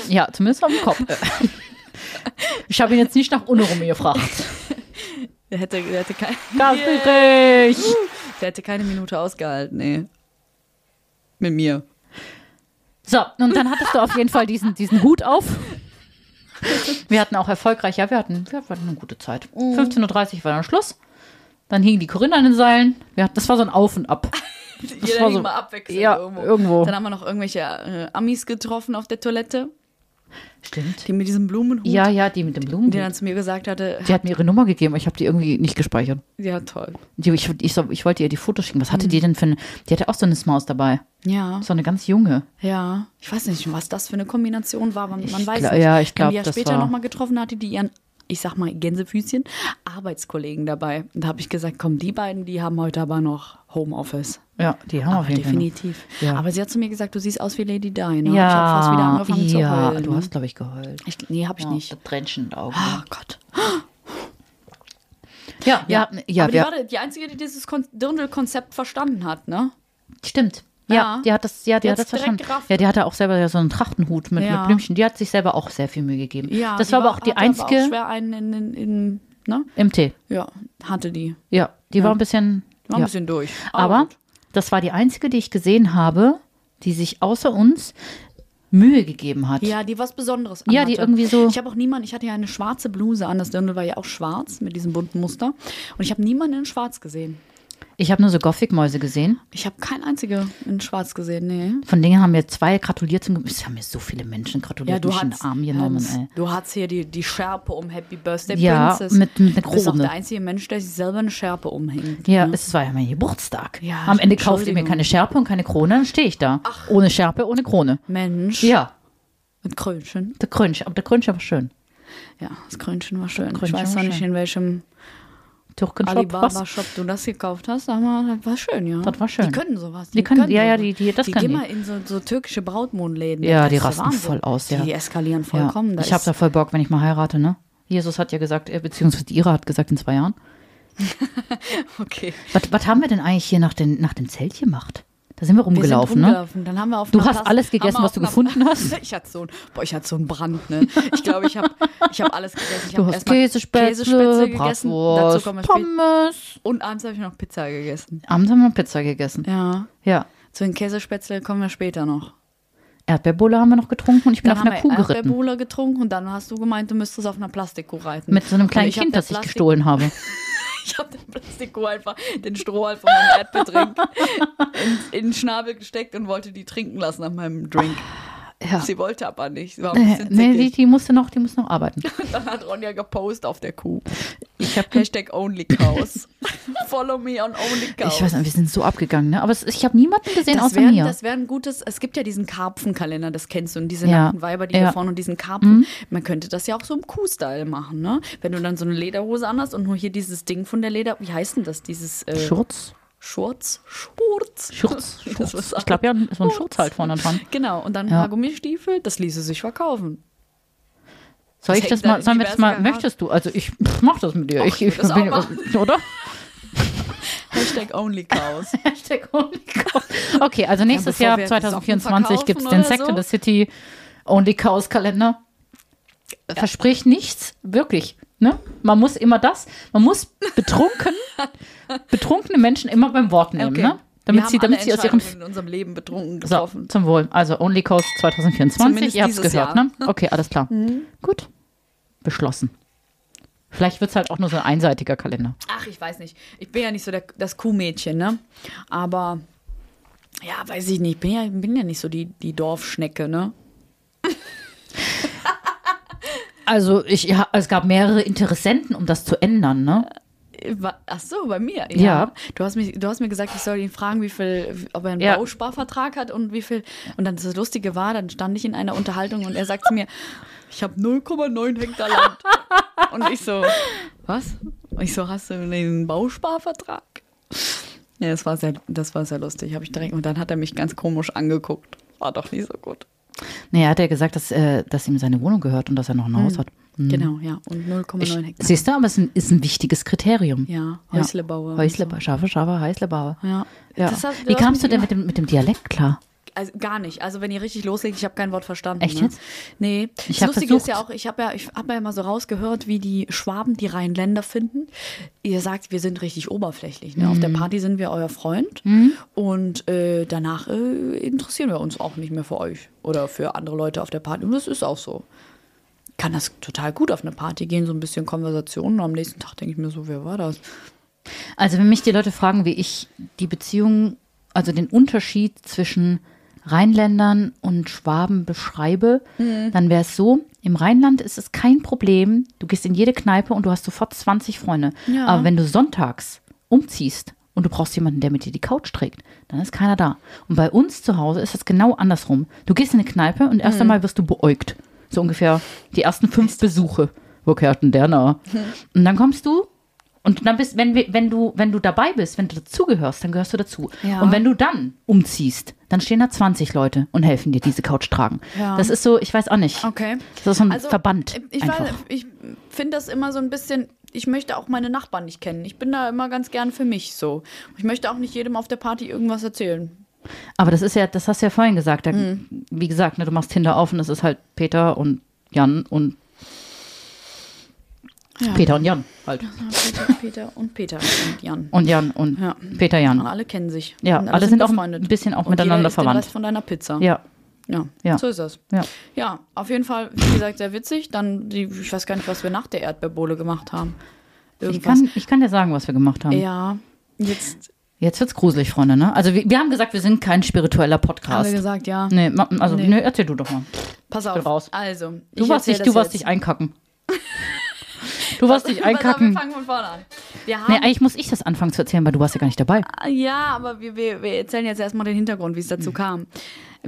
Ja, zumindest auf dem Kopf. Ich habe ihn jetzt nicht nach Unruhe gefragt.
Der hätte, der hätte kein.
Karl Friedrich!
Der hätte keine Minute ausgehalten, nee. Mit mir.
So, und dann hattest du auf jeden Fall diesen, diesen Hut auf. Wir hatten auch erfolgreich, ja, wir hatten, wir hatten eine gute Zeit.
Mhm.
15.30 Uhr war dann Schluss. Dann hingen die Corinna an den Seilen. Wir hatten, das war so ein Auf und Ab.
Jeder
war
hing
so-
mal abwechselnd
ja,
irgendwo.
irgendwo.
Dann haben wir noch irgendwelche äh, Amis getroffen auf der Toilette,
Stimmt.
die mit diesem Blumenhut,
Ja, ja, die mit dem Blumen.
der dann zu mir gesagt hatte,
Die hat mir ihre Nummer gegeben, aber ich habe die irgendwie nicht gespeichert.
ja toll.
Die, ich, ich, so- ich wollte ihr die Fotos schicken. Was
Hm.
hatte die denn für eine. Die hatte auch so eine Smaus dabei.
Ja,
So eine ganz junge.
ja. Ich weiß nicht, was das für eine Kombination war, aber man
Ich
weiß
gla-
nicht.
ja, ich glaub,
Ein Jahr
das
später
war-
nochmal getroffen hatte, die ihren, ich sag mal Gänsefüßchen, Arbeitskollegen dabei. Und da habe ich gesagt, komm, die beiden, die haben heute aber noch Homeoffice.
Ja, die haben auf
Aber
jeden Fall. noch-
definitiv.
Ja.
Aber sie hat zu mir gesagt, du siehst aus wie Lady Di. Ne? ich habe fast wieder
Ja,
angefangen zu
ja,
heulen.
du hast, glaube ich, geheult.
ich, nee, habe ich
Ja,
nicht.
Tränchen in den Augen.
Oh Gott.
Ja, ja, ja,
Aber die
wir-
war die Einzige, die dieses Kon Dirndl-Konzept verstanden hat, ne?
Stimmt. Ja,
Ja.
die hat das, ja, die
Die
hat
hat's
das
direkt
verstanden.
gerafft.
Ja, die hatte auch selber so einen Trachtenhut mit,
Ja.
mit Blümchen. Die hat sich selber auch sehr viel Mühe gegeben.
Ja,
das
die
war aber auch die
hatte aber
einzige
auch schwer einen in, in, in, ne?
im Tee.
Ja, hatte die.
Ja, die war ein bisschen.
War ein
ja.
bisschen durch.
aber
gut.
das war die einzige, die ich gesehen habe, die sich außer uns Mühe gegeben hat.
Ja, die was Besonderes
Ja, die irgendwie so-
Ich habe auch niemanden, ich hatte ja eine schwarze Bluse an, das Dirndl war ja auch schwarz mit diesem bunten Muster. Und ich habe niemanden in schwarz gesehen.
Ich habe nur so Gothic-Mäuse gesehen.
Ich habe keinen einzigen in schwarz gesehen, nee.
Von denen haben mir zwei gratuliert. Zum Ge- es haben mir so viele Menschen gratuliert.
Ja, du
mich in
hast,
den Arm genommen,
Hans,
ey.
du hast hier die, die Schärpe um Happy Birthday
Ja,
Princess.
mit- mit einer
Du bist auch
Krone.
der einzige Mensch, der sich selber eine Schärpe umhängt.
Ja, es war ja mein Geburtstag.
mhm. Ja,
Am Ende kauft ihr mir
Entschuldigung.
keine Schärpe und keine Krone, dann stehe ich da. Ohne Schärpe, ohne Krone.
Mensch.
Ja.
Mit Krönchen.
Der Krönch, aber der Krönch war schön.
Ja, das Krönchen war schön. ich
Krönchen
weiß
war
noch nicht,
schön.
in welchem
Türkenshop, was?
Alibaba-Shop du das gekauft hast, aber das war schön, ja.
Das war schön.
Die können sowas.
Die können- ja, ja, die- die- das
die
können
gehen
die.
mal in so, so türkische Brautmodenläden.
Ja,
Das
die
ist der
rasten
Wahnsinn.
voll aus, ja.
Die eskalieren vollkommen.
Ja.
Da
Ich habe
ist-
da voll Bock, wenn ich mal heirate, ne? Jesus hat ja gesagt, äh, beziehungsweise die Ira hat gesagt, in zwei Jahren.
Okay.
Was, was haben wir denn eigentlich hier nach, den, nach dem Zelt gemacht? Da sind wir
Wir sind
rumgelaufen, ne?
rumgelaufen. Dann haben wir auf
Du
einer
hast
Tasse-
alles gegessen,
haben wir
was du
auf einer-
gefunden hast?
Ich hatte so einen, boah, ich hatte so einen Brand, ne? Ich glaube, ich habe ich hab alles gegessen. Ich
Du
hab
hast
erstmal
Käsespätzle,
Käsespätzle gegessen. Dazu kommen wir
Bratwurst,
später.
Pommes.
Und abends habe ich noch Pizza gegessen.
Abends haben wir Pizza gegessen.
Ja.
Ja.
Zu den Käsespätzle kommen wir später noch.
Erdbeerbohle haben wir noch getrunken und ich bin
Dann
auf
haben
einer
wir
Kuh geritten.
Erdbeerbohle getrunken und dann hast du gemeint, du müsstest auf einer Plastikkuh reiten.
Mit so einem kleinen
Und hab
Kind,
der
das ich
Plastik-
gestohlen habe.
Ich habe den Plastikkuh einfach, den Strohhalm von meinem Erdbeertrink in, in den Schnabel gesteckt und wollte die trinken lassen nach meinem Drink.
Ja.
Sie wollte aber nicht. Sie war ein
Äh,
bisschen
nee, die,
zickig.
die musste noch, die musste noch arbeiten.
Und dann hat Ronja gepostet auf der Kuh.
Ich hab
Hashtag OnlyCows. Follow me on OnlyCows.
Ich weiß nicht, wir sind so abgegangen, ne? Aber es, ich habe niemanden gesehen
Das
außer
wäre
mir.
das wär ein gutes, es gibt ja diesen Karpfenkalender, das kennst du, und diese
Ja.
nackten Weiber, die
Ja. Mhm.
hier vorne und diesen Karpfen. Man könnte das ja auch so im Kuh-Style machen, ne? Wenn du dann so eine Lederhose anhast und nur hier dieses Ding von der Leder, wie heißt denn das? Dieses äh,
Schurz?
Schurz? Schurz?
Schurz?
Das
Schurz.
was
Ich glaube ja, so ein
Schurz.
Schurz halt vorne dran.
Genau, und dann ein
Ja.
paar Gummistiefel, das ließe sich verkaufen.
Soll
Das
ich das
hängt dann
mal,
in
sollen wir das
diversen
mal,
Garagen.
möchtest du? Also ich pff, mach das mit dir.
Och,
ich,
ich
ich
würd das auch
bin,
machen.
oder?
Hashtag OnlyCows.
Hashtag OnlyCows. Okay, also nächstes
bevor
Jahr
wir Socken
2024
verkaufen
gibt es den
oder
Sect in
so.
the City Only Cows Kalender. Versprich nichts, wirklich. Ne? Man muss immer das, man muss betrunken, betrunkene Menschen immer beim Wort nehmen, ne? damit
Wir
sie,
haben alle
damit sie aus ihrem
Entscheidungen in unserem Leben betrunken
So,
getroffen.
zum Wohl. Also Only Coast 2024.
Zumindest
Ihr habt's
dieses
gehört,
Jahr. Mhm.
ne? Okay, alles klar. Gut. Beschlossen. Vielleicht wird's halt auch nur so ein einseitiger Kalender.
Ach, ich weiß nicht. Ich bin ja nicht so der, das Kuhmädchen, ne? Aber ja, weiß ich nicht. Ich bin ja, bin ja nicht so die, die Dorfschnecke, ne?
Also ich, ja, es gab mehrere Interessenten, um das zu ändern, ne?
Äh, wa- Ach so, bei mir. Ja.
Ja.
Du, hast mich, du hast mir gesagt, ich soll ihn fragen, wie viel, ob er einen
Ja.
Bausparvertrag hat und wie viel. Und dann das Lustige war, dann stand ich in einer Unterhaltung und er sagt zu mir, ich habe 0,9 Hektar Land. und ich so, was? Und ich so, hast du einen Bausparvertrag? Ja, das war sehr, das war sehr lustig. Hab ich direkt, und dann hat er mich ganz komisch angeguckt. War doch nicht so gut.
Naja, hat er gesagt, dass, äh, dass ihm seine Wohnung gehört und dass er noch ein Haus hat.
Genau, ja. Und 0,9
Mhm. Ich,
Hektar.
siehst du, aber es ist ein, ist ein wichtiges Kriterium.
Ja, Häuslebauer und
Häuslebauer, scharfe, scharfe Häuslebauer.
Ja.
Ja.
Das hat-
Wie
das
kamst du
hat
denn mit
mich
dem, mit dem Dialekt klar?
Also gar nicht. Also wenn ihr richtig loslegt, ich habe kein Wort verstanden.
Echt
ne?
jetzt?
Nee.
Ich hab
das Lustige ist
versucht.
ja auch, ich habe ja, ich hab ja immer so rausgehört, wie die Schwaben die Rheinländer finden. Ihr sagt, wir sind richtig oberflächlich. Ne? Auf
Mhm.
der Party sind wir euer Freund und äh, danach äh, interessieren wir uns auch nicht mehr für euch oder für andere Leute auf der Party. Und das ist auch so. Ich Kann das total gut auf eine Party gehen, so ein bisschen Konversationen. Und am nächsten Tag denke ich mir so, wer war das?
Also wenn mich die Leute fragen, wie ich die Beziehung, also den Unterschied zwischen Rheinländern und Schwaben beschreibe,
Hm.
dann wäre es so, im Rheinland ist es kein Problem, du gehst in jede Kneipe und du hast sofort 20 Freunde.
Ja.
Aber wenn du sonntags umziehst und du brauchst jemanden, der mit dir die Couch trägt, dann ist keiner da. Und bei uns zu Hause ist das genau andersrum. Du gehst in eine Kneipe und
Mhm.
erst einmal wirst du beäugt. So ungefähr die ersten fünf Besuche. Wo kehrt denn der nahe?
Mhm.
Und dann kommst du und dann bist, wenn, wir, wenn, du, wenn du dabei bist, wenn du dazugehörst, dann gehörst du dazu.
Ja.
Und wenn du dann umziehst, dann stehen da 20 Leute und helfen dir diese Couch tragen.
Ja. Oh
Das ist so, ich weiß auch nicht.
Okay. Also, ähm,
Das ist so ein Verband.
Ich,
einfach.
weiß- ich finde das immer so ein bisschen. Ich möchte auch meine Nachbarn nicht kennen. Ich bin da immer ganz gern für mich so. Ich möchte auch nicht jedem auf der Party irgendwas erzählen.
Aber das ist ja, das hast du ja vorhin gesagt. Da,
Hm.
Wie gesagt, ne, du machst Tinder auf und es ist halt Peter und Jan und
Ja.
Peter und Jan halt.
Ah, Peter, Peter und Peter und Jan.
Und Jan und
Ja.
Peter
Und
Jan.
alle kennen sich.
Ja,
Und
alle sind auch ein
befreundet.
bisschen auch
und
miteinander
jeder isst den
verwandt.
Rest von deiner Pizza.
Ja.
Ja.
Ja.
so ist das.
Ja.
ja, auf jeden Fall, wie gesagt, sehr witzig. Dann, die, ich weiß gar nicht, was wir nach der Erdbeerbohle gemacht haben.
Ich
Irgendwas.
kann, ich kann dir sagen, was wir gemacht haben.
ja, jetzt
Jetzt wird's gruselig, Freunde, ne? Also wir, wir haben gesagt, wir sind kein spiritueller
haben wir
Podcast.
gesagt, ja.
Nee, ma- also nee.
Nee.
erzähl du doch mal.
Pass
bin
auf.
raus.
Also,
Du
ich
warst
erzähl
dich,
das
du warst
jetzt.
dich einkacken. Du warst nicht
Wir
einkacken.
fangen von vorne an. Wir haben,
Nee, eigentlich muss ich das anfangen zu erzählen, weil du warst ja gar nicht dabei.
Ah. ja, aber wir, wir, wir erzählen jetzt erstmal den Hintergrund, wie es
Hm.
dazu kam.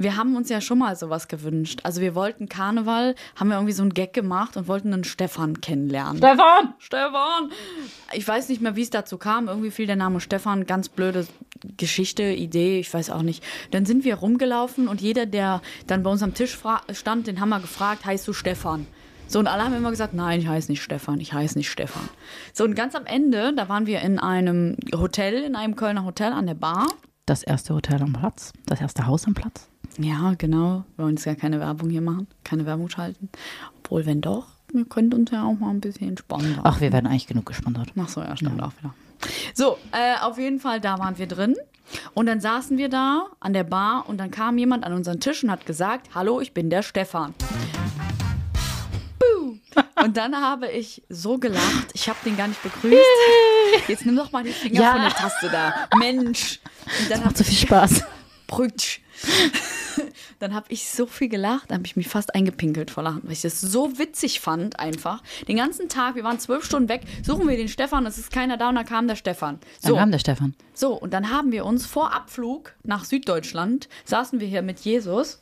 Wir haben uns ja schon mal sowas gewünscht. Also wir wollten Karneval, haben wir irgendwie so einen Gag gemacht und wollten einen Stefan kennenlernen.
Stefan!
Stefan! Ich weiß nicht mehr, wie es dazu kam. Irgendwie fiel der Name Stefan. Ganz blöde Geschichte, Idee, ich weiß auch nicht. Dann sind wir rumgelaufen und jeder, der dann bei uns am Tisch fra- stand, den haben wir gefragt, heißt du Stefan? So, und alle haben immer gesagt, nein, ich heiße nicht Stefan, ich heiße nicht Stefan. So, und ganz am Ende, da waren wir in einem Hotel, in einem Kölner Hotel an der Bar.
Das erste Hotel am Platz, das erste Haus am Platz.
Ja, genau. Wir wollen jetzt gar keine Werbung hier machen, keine Werbung schalten. Obwohl, wenn doch, wir könnten uns ja auch mal ein bisschen spannender
Ach, wir werden eigentlich genug gesponsert.
Ach so, ja, stimmt auch wieder. So, äh, auf jeden Fall, da waren wir drin. Und dann saßen wir da an der Bar und dann kam jemand an unseren Tisch und hat gesagt, hallo, ich bin der Stefan. Buh. Und dann habe ich so gelacht, ich habe den gar nicht begrüßt. Jetzt nimm doch mal die Finger
Ja.
von der Taste da. Mensch. Und dann
Macht so viel Spaß.
Brütsch. Dann habe ich so viel gelacht, habe ich mich fast eingepinkelt vor Lachen, weil ich das so witzig fand einfach. Den ganzen Tag, wir waren zwölf Stunden weg, suchen wir den Stefan, es ist keiner da und dann kam der Stefan.
Dann
So,
kam der Stefan.
so und dann haben wir uns vor Abflug nach Süddeutschland, saßen wir hier mit Jesus.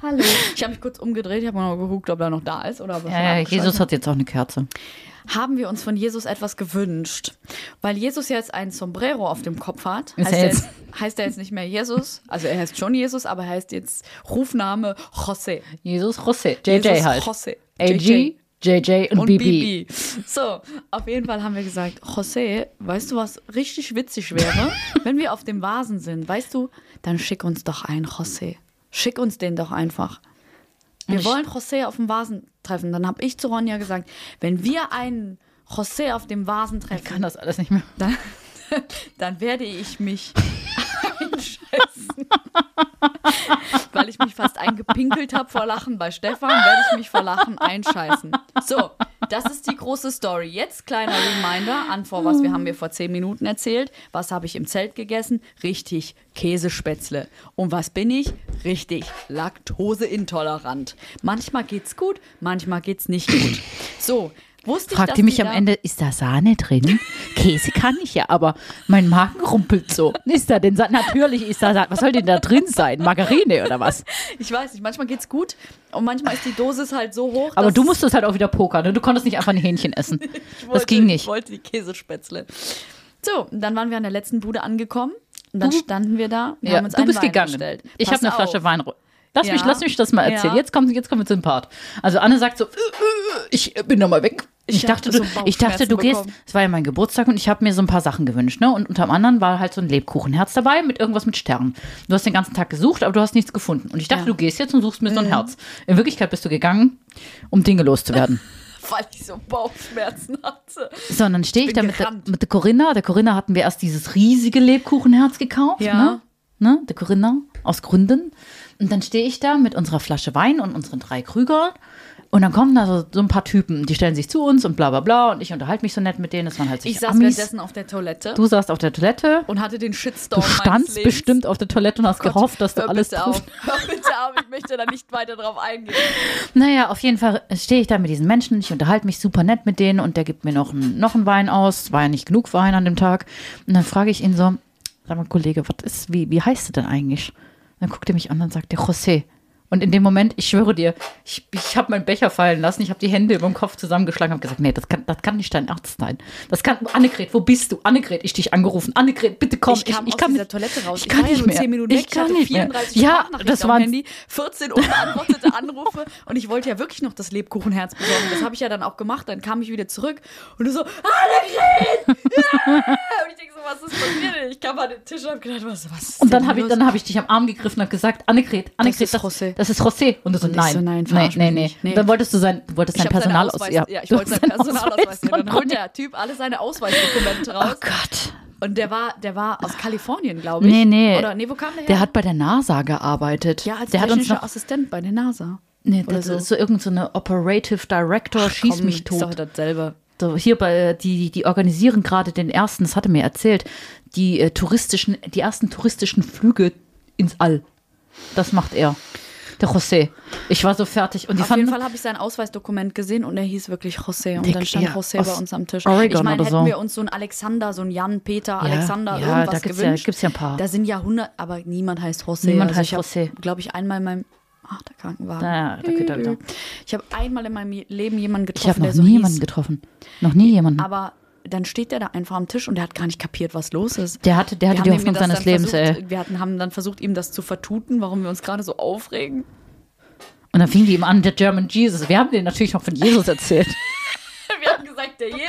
Hallo. Ich habe mich kurz umgedreht, ich habe mal geguckt, ob er noch da ist oder ob er schon
Äh,
abgeschaltet
Jesus hat jetzt auch eine Kerze.
haben wir uns von Jesus etwas gewünscht. Weil Jesus jetzt ein Sombrero auf dem Kopf hat,
Ist
heißt
er
er, jetzt, heißt er jetzt nicht mehr Jesus. Also er heißt schon Jesus, aber er heißt jetzt Rufname José.
Jesus José.
Jesus
JJ halt.
José.
AG,
JJ.
JJ und,
Und
BB.
Bibi. So, auf jeden Fall haben wir gesagt, José, weißt du, was richtig witzig wäre? Wenn wir auf dem Vasen sind, weißt du, dann schick uns doch einen José. Schick uns den doch einfach. Wir
Ich-
wollen José auf dem Vasen treffen. Dann habe ich zu Ronja gesagt, wenn wir einen José auf dem Vasen treffen,
Kann das alles nicht mehr.
dann, dann werde ich mich einscheißen. Weil ich mich fast eingepinkelt habe vor Lachen bei Stefan, werde ich mich vor Lachen einscheißen. So, das ist die große Story. Jetzt kleiner Reminder an vor was wir haben wir vor zehn Minuten erzählt. Was habe ich im Zelt gegessen? Richtig, Käsespätzle. Und was bin ich? Richtig, laktoseintolerant. Manchmal geht's gut, manchmal geht's nicht gut. So, wusste ich, dass
Fragte mich
die
am
da-
Ende, ist da Sahne drin? Käse kann ich ja, aber mein Magen rumpelt so. Ist da denn Sahne? Natürlich ist da Sahne. Was soll denn da drin sein? Margarine oder was?
Ich weiß nicht, manchmal geht's gut und manchmal ist die Dosis halt so hoch.
Aber
dass-
du musstest halt auch wieder pokern. Ne? Du konntest nicht einfach ein Hähnchen essen.
Ich
das ging
Ich
nicht.
wollte die Käsespätzle. So, und dann waren wir an der letzten Bude angekommen und dann standen wir da. Wir
Ja,
haben uns
du
einen
bist
Wein
gegangen.
Bestellt.
Ich
Pass
habe eine
auf.
Flasche Wein. ru- Lass, mich,
Ja.
lass mich das mal erzählen.
Ja.
Jetzt, kommen, jetzt kommen wir zum Part. Also Anne sagt so, "Äh, äh, ich bin nochmal weg. Ich,
Ich hab
dachte,
so
du, ich dachte, du
Bauchschmerzen
gehst.
bekommen.
Es war ja mein Geburtstag und ich habe mir so ein paar Sachen gewünscht. Ne? Und unter anderem war halt so ein Lebkuchenherz dabei mit irgendwas mit Sternen. Du hast den ganzen Tag gesucht, aber du hast nichts gefunden. Und ich dachte,
Ja. Mhm.
du gehst jetzt und suchst mir so ein Herz. In Wirklichkeit bist du gegangen, um Dinge loszuwerden.
Weil ich so Bauchschmerzen hatte.
So, und dann stehe ich
Ich
da
bin
mit der,
gerannt.
mit der Corinna. Der Corinna hatten wir erst dieses riesige Lebkuchenherz gekauft.
Ja.
Ne? Ne? Der Corinna aus Gründen. Und dann stehe ich da mit unserer Flasche Wein und unseren drei Krügern. Und dann kommen da so, so ein paar Typen, die stellen sich zu uns und bla bla bla. Und ich unterhalte mich so nett mit denen. Das waren halt so
Ich saß
Amis.
währenddessen Oh auf der Toilette
Du saßt auf der Toilette.
und hatte den Shitstorm.
Du standst
meines Lebens.
bestimmt auf der Toilette und hast
Oh Gott,
gehofft, dass du
hör
alles
bitte
triffst.
auf. Hör bitte auf, ich möchte da nicht weiter drauf eingehen.
Naja, auf jeden Fall stehe ich da mit diesen Menschen, ich unterhalte mich super nett mit denen und der gibt mir noch einen, noch einen Wein aus. Es war ja nicht genug Wein an dem Tag. Und dann frage ich ihn so, sag mal, Kollege, was ist, wie, wie heißt du denn eigentlich? Dann guckt er mich an und sagt, der José. Und in dem Moment, ich schwöre dir, ich, ich habe meinen Becher fallen lassen, ich habe die Hände über dem Kopf zusammengeschlagen, habe gesagt, nee, das kann, das kann nicht dein Arzt sein. Das kann, Annegret, wo bist du? Annegret, ich dich angerufen. Annegret, bitte komm.
Ich kam aus dieser Toilette raus.
Ich kann
war ja
nicht
nur
mehr.
10 Minuten
ich
weg. Ich,
kann
hatte
nicht
34
mehr. Ja,
Sprachnachrichten
das
auf dem
waren
Handy, 14 unbeantwortete Anrufe und ich wollte ja wirklich noch das Lebkuchenherz besorgen. Das habe ich ja dann auch gemacht. Dann kam ich wieder zurück und du so, Annegret! Ja! Und ich denke so, was ist passiert? denn? Ich kam an den Tisch und habe gedacht, was, was ist
Und dann
denn
habe ich,
los?
dann hab ich dich am Arm gegriffen und hab gesagt, Annegret, Annegret,
ist José.
das ist José. Und du so,
Und ich
nein,
so, nein,
nein,
verarsch
nein, nein.
mich nicht. Nee.
Dann wolltest du sein, du wolltest
Ich
sein
hab seinen
Personal aus,
Ausweis-
ja,
ja, ich
du
wollte
hast
sein
seinen
Personalausweis.
von
nehmen. Dann holt
Ronny.
der Typ alle seine Ausweisdokumente
Oh
raus.
Gott.
Und der war, der war aus Kalifornien, glaube ich.
Nee, nee.
Oder nee, wo kam der her?
Der hat bei der NASA gearbeitet.
ja, als
der hat uns
technischer
noch,
Assistent bei der NASA.
nee,
oder
das
so.
ist so irgend so eine Operative Director, schieß
Komm,
mich
Ist
tot.
doch dasselbe.
So, hier bei, äh, die, die organisieren gerade den ersten, das hatte mir erzählt, die äh, touristischen, die ersten touristischen Flüge ins All. Das macht er. Der José. Ich war so fertig. Und die
Auf jeden
fanden.
Fall habe ich sein Ausweisdokument gesehen und er hieß wirklich José. Und
Dick,
dann stand
ja,
José bei
aus
uns am Tisch.
Oregon
ich meine,
oder
hätten
so.
wir uns so einen Alexander, so einen Jan, Peter, Alexander,
ja,
irgendwas
da gibt's ja-
gewünscht.
gibt's ja ein paar.
Da sind ja hundert, aber niemand heißt José. Also
Niemand heißt
ich
José.
glaube ich, einmal in meinem, ach, der Krankenwagen.
Da, da geht er wieder.
Ich habe einmal in meinem Leben jemanden
ich habe
getroffen,
noch
der so
nie jemanden
hieß.
getroffen. Noch nie jemanden.
Aber dann steht der da einfach am Tisch und der hat gar nicht kapiert, was los ist.
Der hatte- der hatte
Wir haben
die
ihm
Hoffnung
das dann
seines Lebens,
versucht, Wir hatten, haben dann versucht, ihm das zu vertuten, warum wir uns gerade so aufregen.
Und dann fing die ihm an, der German Jesus. Wir haben denen natürlich noch von Jesus erzählt.
Wir haben gesagt, der Jesus.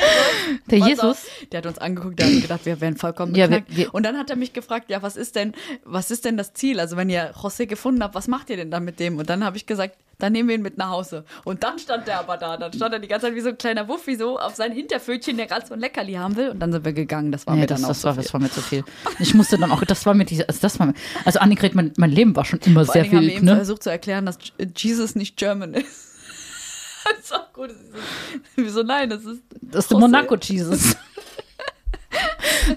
Der
Pass
Jesus?
Auf, der hat uns angeguckt, der hat gedacht, wir wären vollkommen
Ja,
beknackt.
wir- wir-
und dann hat er mich gefragt, ja, was ist denn, was ist denn das Ziel? Also wenn ihr José gefunden habt, was macht ihr denn dann mit dem? Und dann habe ich gesagt, dann nehmen wir ihn mit nach Hause. Und dann stand der aber da. Dann stand er die ganze Zeit wie so ein kleiner Wuffi so auf sein Hinterpfötchen, der gerade so ein Leckerli haben will. Und dann sind wir gegangen. Das war
Nee,
mir
das,
dann auch
das,
so
war,
viel.
das war mir zu viel. Ich musste dann auch, das war mir diese, also das war mir, also Annegret, mein, mein Leben war schon immer
Vor
sehr
allen Dingen haben wir
wild,
eben
ne?
versucht zu erklären, dass J- Jesus nicht German ist. das ist auch gut. Wieso nein? Das ist,
Das ist der
José.
Monaco-Jesus.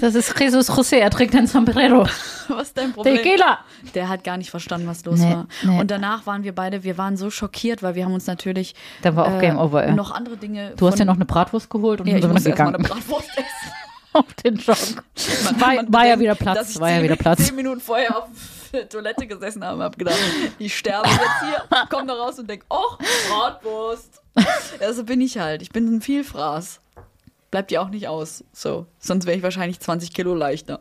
Das ist Jesus José, er trägt ein Sombrero.
Was ist dein Problem?
Tequila!
Der hat gar nicht verstanden, was los
Nee,
war.
nee.
Und danach waren wir beide, wir waren so schockiert, weil wir haben uns natürlich äh,
Da war auch Game Over, ja.
noch andere Dinge.
Du hast ja
von-
noch eine Bratwurst geholt und
ja,
dann
ich
sind wir
musste erst mal
gegangen
eine Bratwurst essen.
auf den Jog.
Man-
War,
man
war ja
bedenkt,
wieder
dass
Platz,
ich
war ja
zehn-
wieder Platz.
Zehn Minuten vorher auf der Toilette gesessen habe, habe gedacht, ich sterbe jetzt hier, komm da raus und denk, oh, Bratwurst. Ja, so bin ich halt. Ich bin ein Vielfraß. Bleibt dir auch nicht aus. So, sonst wäre ich wahrscheinlich 20 Kilo leichter.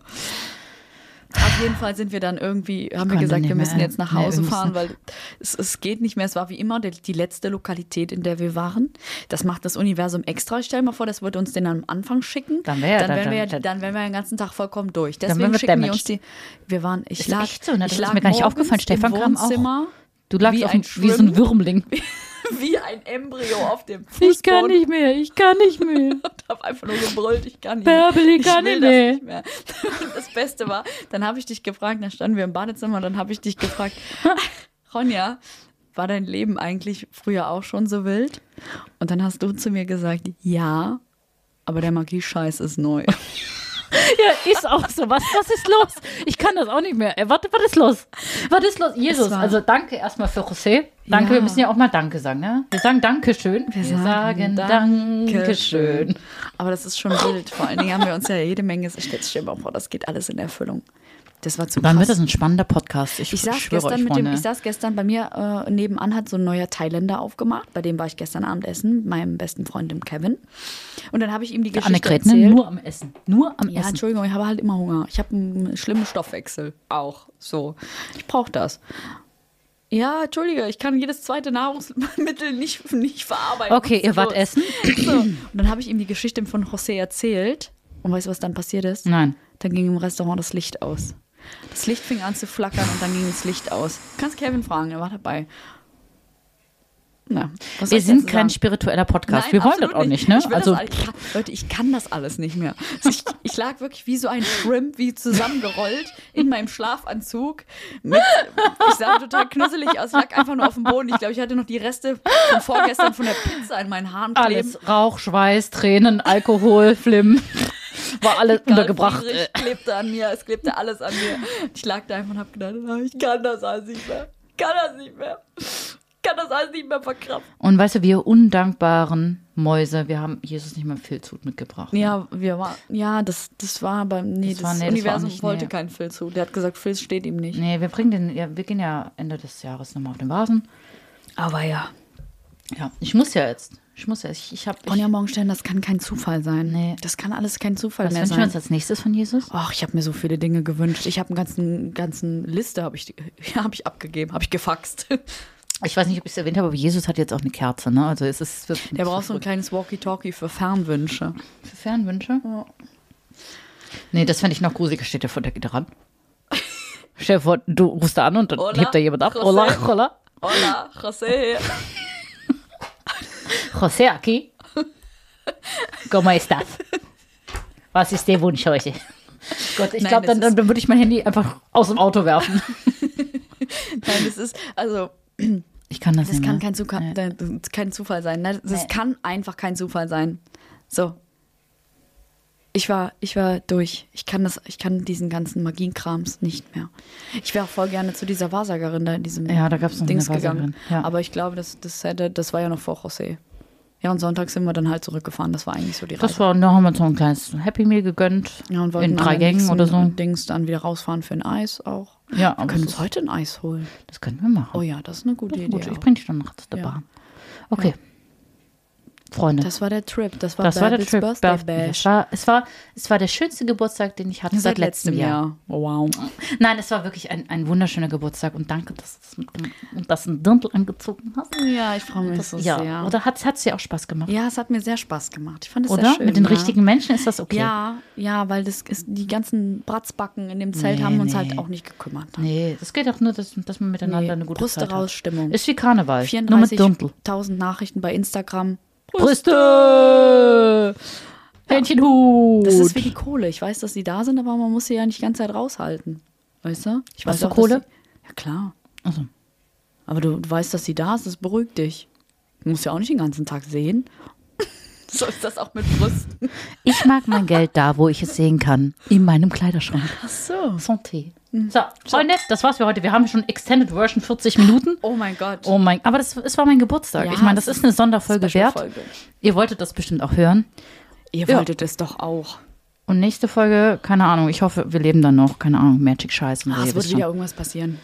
Auf jeden Fall sind wir dann irgendwie, haben wir
konnte
gesagt,
nicht
wir müssen
mehr.
jetzt nach
Nee, ne, wir
Hause
müssen-
fahren, weil es, es geht nicht mehr. Es war wie immer die, die letzte Lokalität, in der wir waren. Das macht das Universum extra. Stell dir mal vor, das würde uns den am Anfang schicken.
Dann wär-
dann,
dann-
wären wir,
dann-
dann wären wir den ganzen Tag vollkommen durch.
wären
Deswegen
wir
schicken die
damaged.
uns die. Wir waren, ich
Ist
lag,
echt so, ne? Das ist
ich lag
mir gar nicht
morgens
aufgefallen. Stefan
im
kam auch.
Wohnzimmer
Du lagst
wie
auf
ein
dem, wie so ein
Schwimm-
Würmling.
wie ein Embryo auf dem Fußboden.
mehr, ich kann nicht mehr.
und habe einfach nur gebrüllt, ich kann nicht
Bärbel, ich kann
will
nicht
das
mehr.
nicht mehr. Und das Beste war, dann habe ich dich gefragt, dann standen wir im Badezimmer und dann habe ich dich gefragt, Ronja, war dein Leben eigentlich früher auch schon so wild? Und dann hast du zu mir gesagt, ja, aber der Magie-Scheiß ist neu.
Ja, ist auch so. Was, was ist los? Ich kann das auch nicht mehr. Äh, Warte, was ist los? Was ist los? Jesus,
Es war-
also danke erstmal für José. Danke,
Ja.
wir müssen ja auch mal Danke sagen, ne? Wir sagen Dankeschön. Wir, sagen Dankeschön.
Aber das ist schon wild. Vor allen Dingen haben wir uns ja jede Menge, stell dir mal vor, das geht alles in Erfüllung. Das war zu
Dann
krass.
wird das ein spannender Podcast. Ich,
Ich saß,
schwöre
gestern
euch,
mit dem,
Freunde.
ich saß gestern bei mir äh, nebenan, hat so ein neuer Thailänder aufgemacht. Bei dem war ich gestern Abend essen, mit meinem besten Freund, dem Kevin. Und dann habe ich ihm die Geschichte
Annegret, ne?
erzählt.
nur am Essen. Nur am
ja,
Essen.
Entschuldigung, ich habe halt immer Hunger. Ich habe einen schlimmen Stoffwechsel. Auch so. Ich brauche das. Ja, Entschuldige, ich kann jedes zweite Nahrungsmittel nicht, nicht verarbeiten.
Okay,
Was
ihr
ist
wart
los?
essen?
So. Und dann habe ich ihm die Geschichte von José erzählt. Und weißt du, was dann passiert ist?
Nein.
Dann ging im Restaurant das Licht aus. Das Licht fing an zu flackern und dann ging das Licht aus. Du kannst Kevin fragen, er war dabei. Na, was soll
Wir
ich
sind
dazu
kein
sagen?
spiritueller Podcast.
Nein,
wir wollen das
absolut
auch nicht, ne?
Ich will
also,
das, all- ich kann, Leute, ich kann das alles nicht mehr. Also ich, ich lag wirklich wie so ein Shrimp, wie zusammengerollt in meinem Schlafanzug. Mit, ich sah total knusselig aus, lag einfach nur auf dem Boden. Ich glaube, ich hatte noch die Reste von vorgestern von der Pizza in meinen Haaren kleben.
alles. Rauch, Schweiß, Tränen, Alkohol, Flimm. War alles
Karl
untergebracht.
Friedrich klebte an mir, es klebte alles an mir. Ich lag da einfach und hab gedacht, ah, ich kann das alles nicht mehr. Ich Kann das nicht mehr. Ich Kann das alles nicht mehr verkraften.
Und weißt du, wir undankbaren Mäuse, wir haben Jesus nicht mal einen Filzhut mitgebracht.
Ja, wir waren, ja, das, das war aber, nee, das,
war- nee, das war
Universum
nicht,
wollte
nee.
keinen Phil zu. Der hat gesagt, Phil steht ihm nicht.
Nee, wir bringen den, ja, wir gehen ja Ende des Jahres nochmal auf den Vasen.
Aber ja.
Ja, ich muss ja jetzt. Ich muss ja. Ich, ich habe.
Ronja Morgenstern, das kann kein Zufall sein.
Nee.
Das kann alles kein Zufall
Was
mehr
wünschen wir
sein.
uns als nächstes von Jesus?
Och, ich habe mir so viele Dinge gewünscht. Ich habe einen ganzen, ganzen Liste habe ich, ja, hab ich abgegeben, habe ich gefaxt.
Ich weiß nicht, ob ich es erwähnt habe, aber Jesus hat jetzt auch eine Kerze, ne? Also es ist. es wird-
Der braucht so ein kleines Walkie-Talkie für Fernwünsche.
Für Fernwünsche? Nee, das fände ich noch gruselig. Steht der vor der Gitarre ran? Stell dir vor, du rufst da an und dann
Hola,
hebt da jemand ab.
José.
Hola, hola.
Hola, José.
José aquí. ¿Cómo estás? Was ist der Wunsch heute? Gott, ich
Nein,
glaube,
das
dann, dann, dann würde ich mein Handy einfach aus dem Auto werfen.
Nein, das ist, also,
Ich kann das,
das
nicht
kann
mehr.
kein, Zuka kein Zufall sein. Ne? Das
Nee.
kann einfach kein Zufall sein. So. ich war, ich war durch. Ich kann das, ich kann diesen ganzen Magienkrams nicht mehr. Ich wäre auch voll gerne zu dieser Wahrsagerin da in diesem
Ja, da gab's noch
Dings
eine Wahrsagerin,
gegangen.
ja.
Aber ich glaube, das, das hätte, das war ja noch vor José. Ja, und Sonntag sind wir dann halt zurückgefahren. Das war eigentlich so die Reise.
Das war, da haben wir uns so ein kleines Happy Meal gegönnt.
ja, und wollten
in drei
am
Gängen
nächsten
oder so.
Dings dann wieder rausfahren für ein Eis auch.
Ja,
Wir
aber
können
das
uns heute ein Eis holen.
Das können wir machen.
Oh ja, das ist eine gute Idee.
Gut, ich
auch.
bringe dich dann nachts der
Ja.
Bahn. Okay. Freunde, das,
Das war der Trip. Das war,
war der
Babels
Trip.
Birthday
Birth-
Bash.
Es war, es, war, es war der schönste Geburtstag, den ich hatte seit, letztem Jahr.
Wow.
Nein, es war wirklich ein, ein wunderschöner Geburtstag und danke, dass du es mitgemacht hast und dass du einen Dirndl angezogen hast.
Ja, ich freue mich so
ja,
sehr.
oder hat es dir auch Spaß gemacht?
Ja, es hat mir sehr Spaß gemacht. Ich fand es sehr
oder?
schön.
Mit den
ja.
richtigen Menschen ist das okay.
Ja, ja, weil das ist, die ganzen Bratzbacken in dem Zelt
Nee,
haben uns
nee.
halt auch nicht gekümmert.
Nee, das geht auch nur, dass, dass man miteinander
Nee,
eine gute
Brust
Zeit hat.
raus, Stimmung.
Ist wie Karneval, nur mit Dirndl.
34.000 Nachrichten bei Instagram.
Brüste! Hähnchenhut!
Das ist wie die Kohle. Ich weiß, dass sie da sind, aber man muss sie ja nicht die ganze Zeit raushalten. Weißt du? Ich
Was
weiß
für
auch, dass
Kohle?
Sie, ja, klar.
Also,
Aber du, du weißt, dass sie da ist. Das beruhigt dich. Du musst ja auch nicht den ganzen Tag sehen. so ist das auch mit Brust.
ich mag mein Geld da, wo ich es sehen kann. In meinem Kleiderschrank.
Ach so.
Santé. So, Freunde, das war's für heute. Wir haben schon Extended Version 40 Minuten.
Oh mein Gott.
Oh mein, aber das, es war mein Geburtstag.
Ja,
ich meine, das ist eine Sonderfolge wert.
Special-Folge.
Ihr wolltet das bestimmt auch hören.
Ihr
Ja.
wolltet es doch auch.
Und nächste Folge, keine Ahnung, ich hoffe, wir leben dann noch. Keine Ahnung, Magic Scheiß und
Ah,
so, ihr
es wird
wisst
wieder
schon.
irgendwas passieren.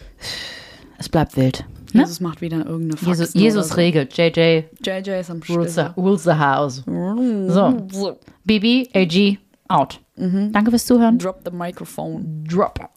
es bleibt wild. Ne?
Jesus macht wieder irgendeine Faxen
Jesus, Jesus
oder
regelt. JJ
so. JJ ist am
rules the,
Schlüssel.
rules the house. So,
So.
BB, AG, out. Mhm. Danke fürs Zuhören.
Drop the microphone.
Drop.